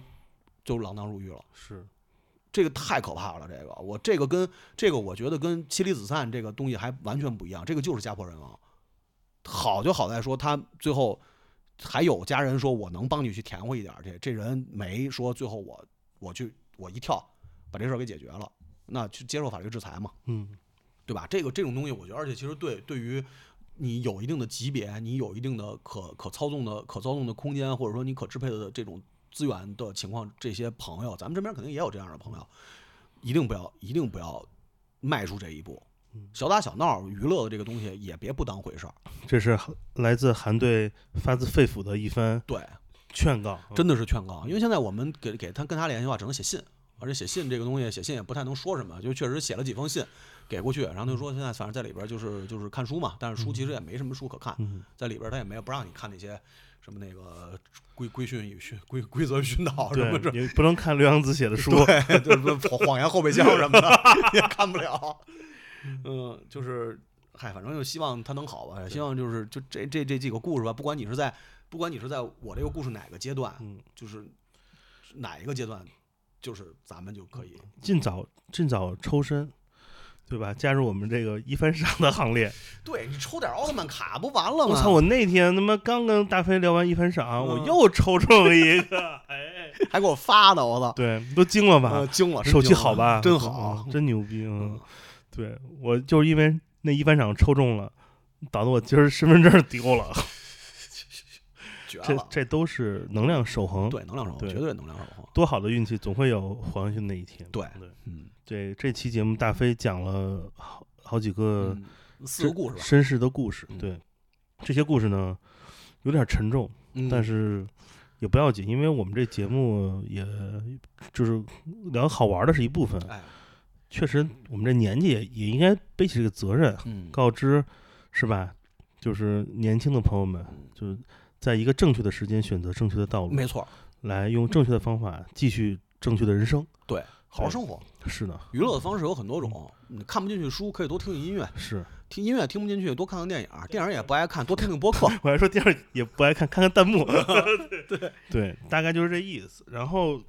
就锒铛入狱了。是，这个太可怕了，这个我这个跟这个我觉得跟妻离子散这个东西还完全不一样，这个就是家破人亡。好就好在说他最后还有家人说我能帮你去填回一点儿去，这人没说最后我我去我一跳把这事儿给解决了，那去接受法律制裁嘛，嗯，对吧？这个这种东西，我觉得而且其实对对于你有一定的级别，你有一定的可可操纵的可操纵的空间，或者说你可支配的这种资源的情况，这些朋友，咱们身边肯定也有这样的朋友，一定不要一定不要迈出这一步。小打小闹娱乐的这个东西也别不当回事儿，这是韩来自韩队发自肺腑的一番对，劝告。啊真的是劝告。因为现在我们给给他跟他联系的话，只能写信，而且写信这个东西，写信也不太能说什么，就确实写了几封信给过去，然后他就说现在反正在里边就是就是看书嘛，但是书其实也没什么书可看，在里边他也没有不让你看那些什么那个规规训与训规规则与训导什么这对，也不能看刘洋 子写的书。对，就是谎谎言后备箱什么 的也看不了。嗯，就是，嗨，反正就希望他能好吧。希望就是就这这这几个故事吧，不管你是在不管你是在我这个故事哪个阶段，嗯就是哪一个阶段，就是咱们就可以尽早尽早抽身，对吧？加入我们这个一番赏的行 列。对你抽点奥特曼卡不完了吗？我操！我那天他妈刚跟大飞聊完一番赏，我嗯又抽中了一 个，哎，还给我发呢，我操！对，都惊了吧？呃，惊了，真手气惊了好吧？真好啊嗯，真牛逼！嗯，对我就是因为那一番赏抽中了，导致我今儿身份证丢了。绝这了！这都是能量守恒，对，能量守恒，对绝对能量守恒。多好的运气，总会有还回去的那一天。对对嗯对，这期节目大飞讲了好好几个嗯，四个真故事吧，身世的故事嗯。对，这些故事呢有点沉重，嗯但是也不要紧，因为我们这节目也就是聊好玩的是一部分，哎，确实我们这年纪也也应该背起这个责任，嗯，告知是吧？就是年轻的朋友们，就是在一个正确的时间选择正确的道路，没错，来用正确的方法继续正确的人生。对，好好对生活。是的，娱乐的方式有很多种，你看不进去书可以多听听音乐，是听音乐听不进去，多看看电影儿，电影儿也不爱看，多听听播客。我还说第二也不爱看，看看弹 幕。对对，大概就是这意思。然后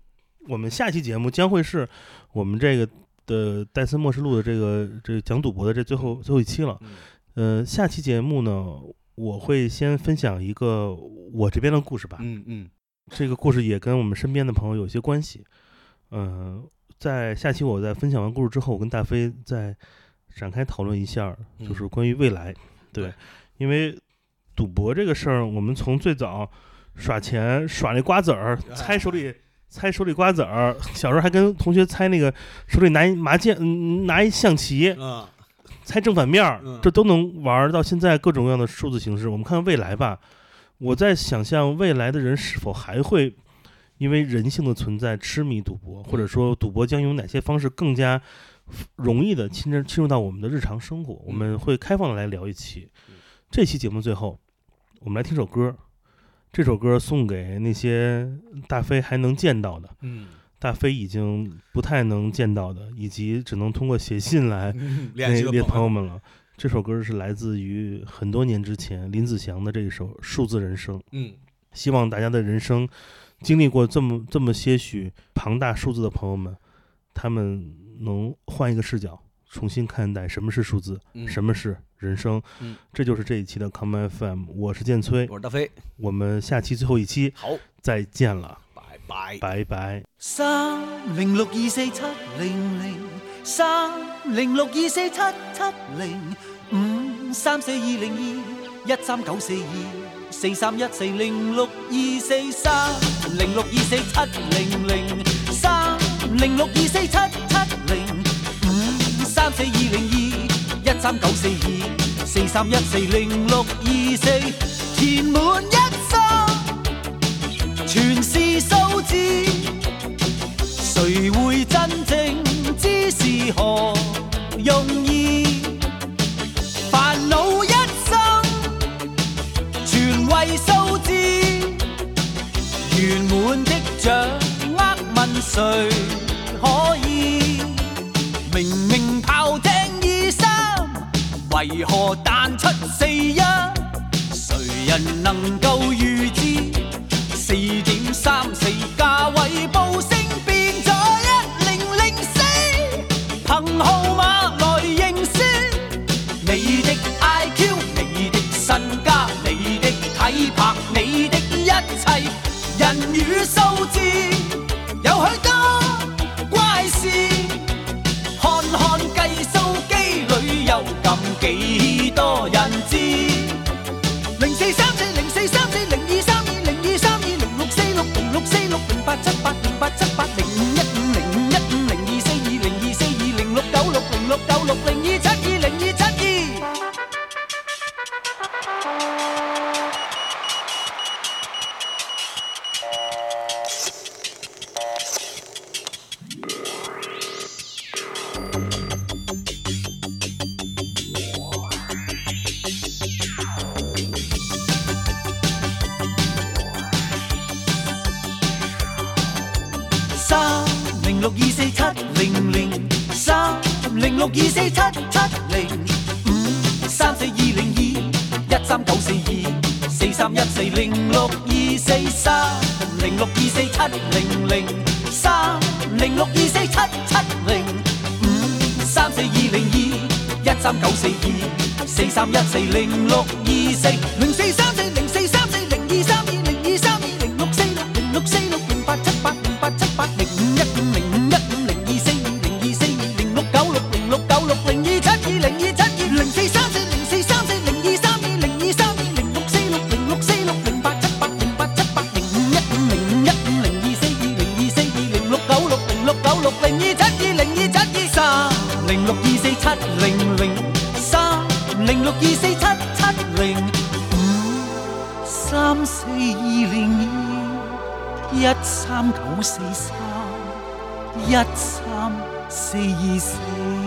我们下期节目将会是我们这个的戴森末世录的这个这个讲赌博的这最后最后一期了。嗯呃，下期节目呢，我会先分享一个我这边的故事吧。嗯嗯，这个故事也跟我们身边的朋友有些关系。嗯、在下期我在分享完故事之后，我跟大飞再展开讨论一下儿，就是关于未来。对嗯对，因为赌博这个事儿，我们从最早耍钱、耍那瓜子儿、啊猜手里。猜手里瓜子儿，小时候还跟同学猜那个手里拿一麻将，嗯拿一象棋，嗯猜正反面儿嗯，这都能玩儿到现在各种各样的数字形式。我们看看未来吧，我在想象未来的人是否还会因为人性的存在痴迷赌博，嗯或者说赌博将有哪些方式更加容易的侵入侵入到我们的日常生活。我嗯们会开放的来聊一期。这期节目最后，我们来听首歌，这首歌送给那些大飞还能见到的。嗯，大飞已经不太能见到的，以及只能通过写信来练习嗯那的列朋朋友友们了。这首歌是来自于很多年之前林子祥的这一首《数字人生》，嗯，希望大家的人生经历过这么这么些许庞大数字的朋友们，他们能换一个视角，重新看待什么是数字，嗯什么是人生。嗯这就是这一期的 Common FM，我是建崔，我是大飞，我们下期最后一期好，再见了，拜拜。拜拜。三零六二四七零零，三零六二四七七零，五三四二零二，一三九四二，四三一四零六二四三零六二四七零零，三零六二四七七零，五三四二零二，一三九四二，四三一四零六二四，填滿一生，全是數字。谁会真正知是何用意？烦恼一生，全为数字。圆满的掌握，问谁可以？明明炮艇二三，为何彈出四一？誰人能夠預知？四點三四價位暴升變咗一零零四，憑號碼來認輸。你的 IQ，你的身家，你的體魄，你的一切，人與數字有許多怪事。看看計數機裏有咁幾多人知？零四三四零四三四零二三二零二三二零六四六零六四六零八七八零八七八零五一五零五一五零二四二零二四二零六九六零六九六零二七二零二七二。三零六二四七零零，三零六二四七七零，五三四二零二，一三九四二，四三一四零六二四三零六二四七零零，三零六二四七七零，五三四二零二，一三九四二，四三一四零六二四零四三四零四三四零二三二零二三二零六四六零六四六零八七八零八七八零五一五零五一五零二四二零二四二零六九六零六九六零二七二零二七二零四三四零四三四零二三二零二三二零六四六零六四六零八七八零八七八零五一五零五一五零二四二零二四二零六九六零六九六零二七二零二七二三零六二四七零零三零六二四七七零五三四二零二。一三九四三，一三四二四。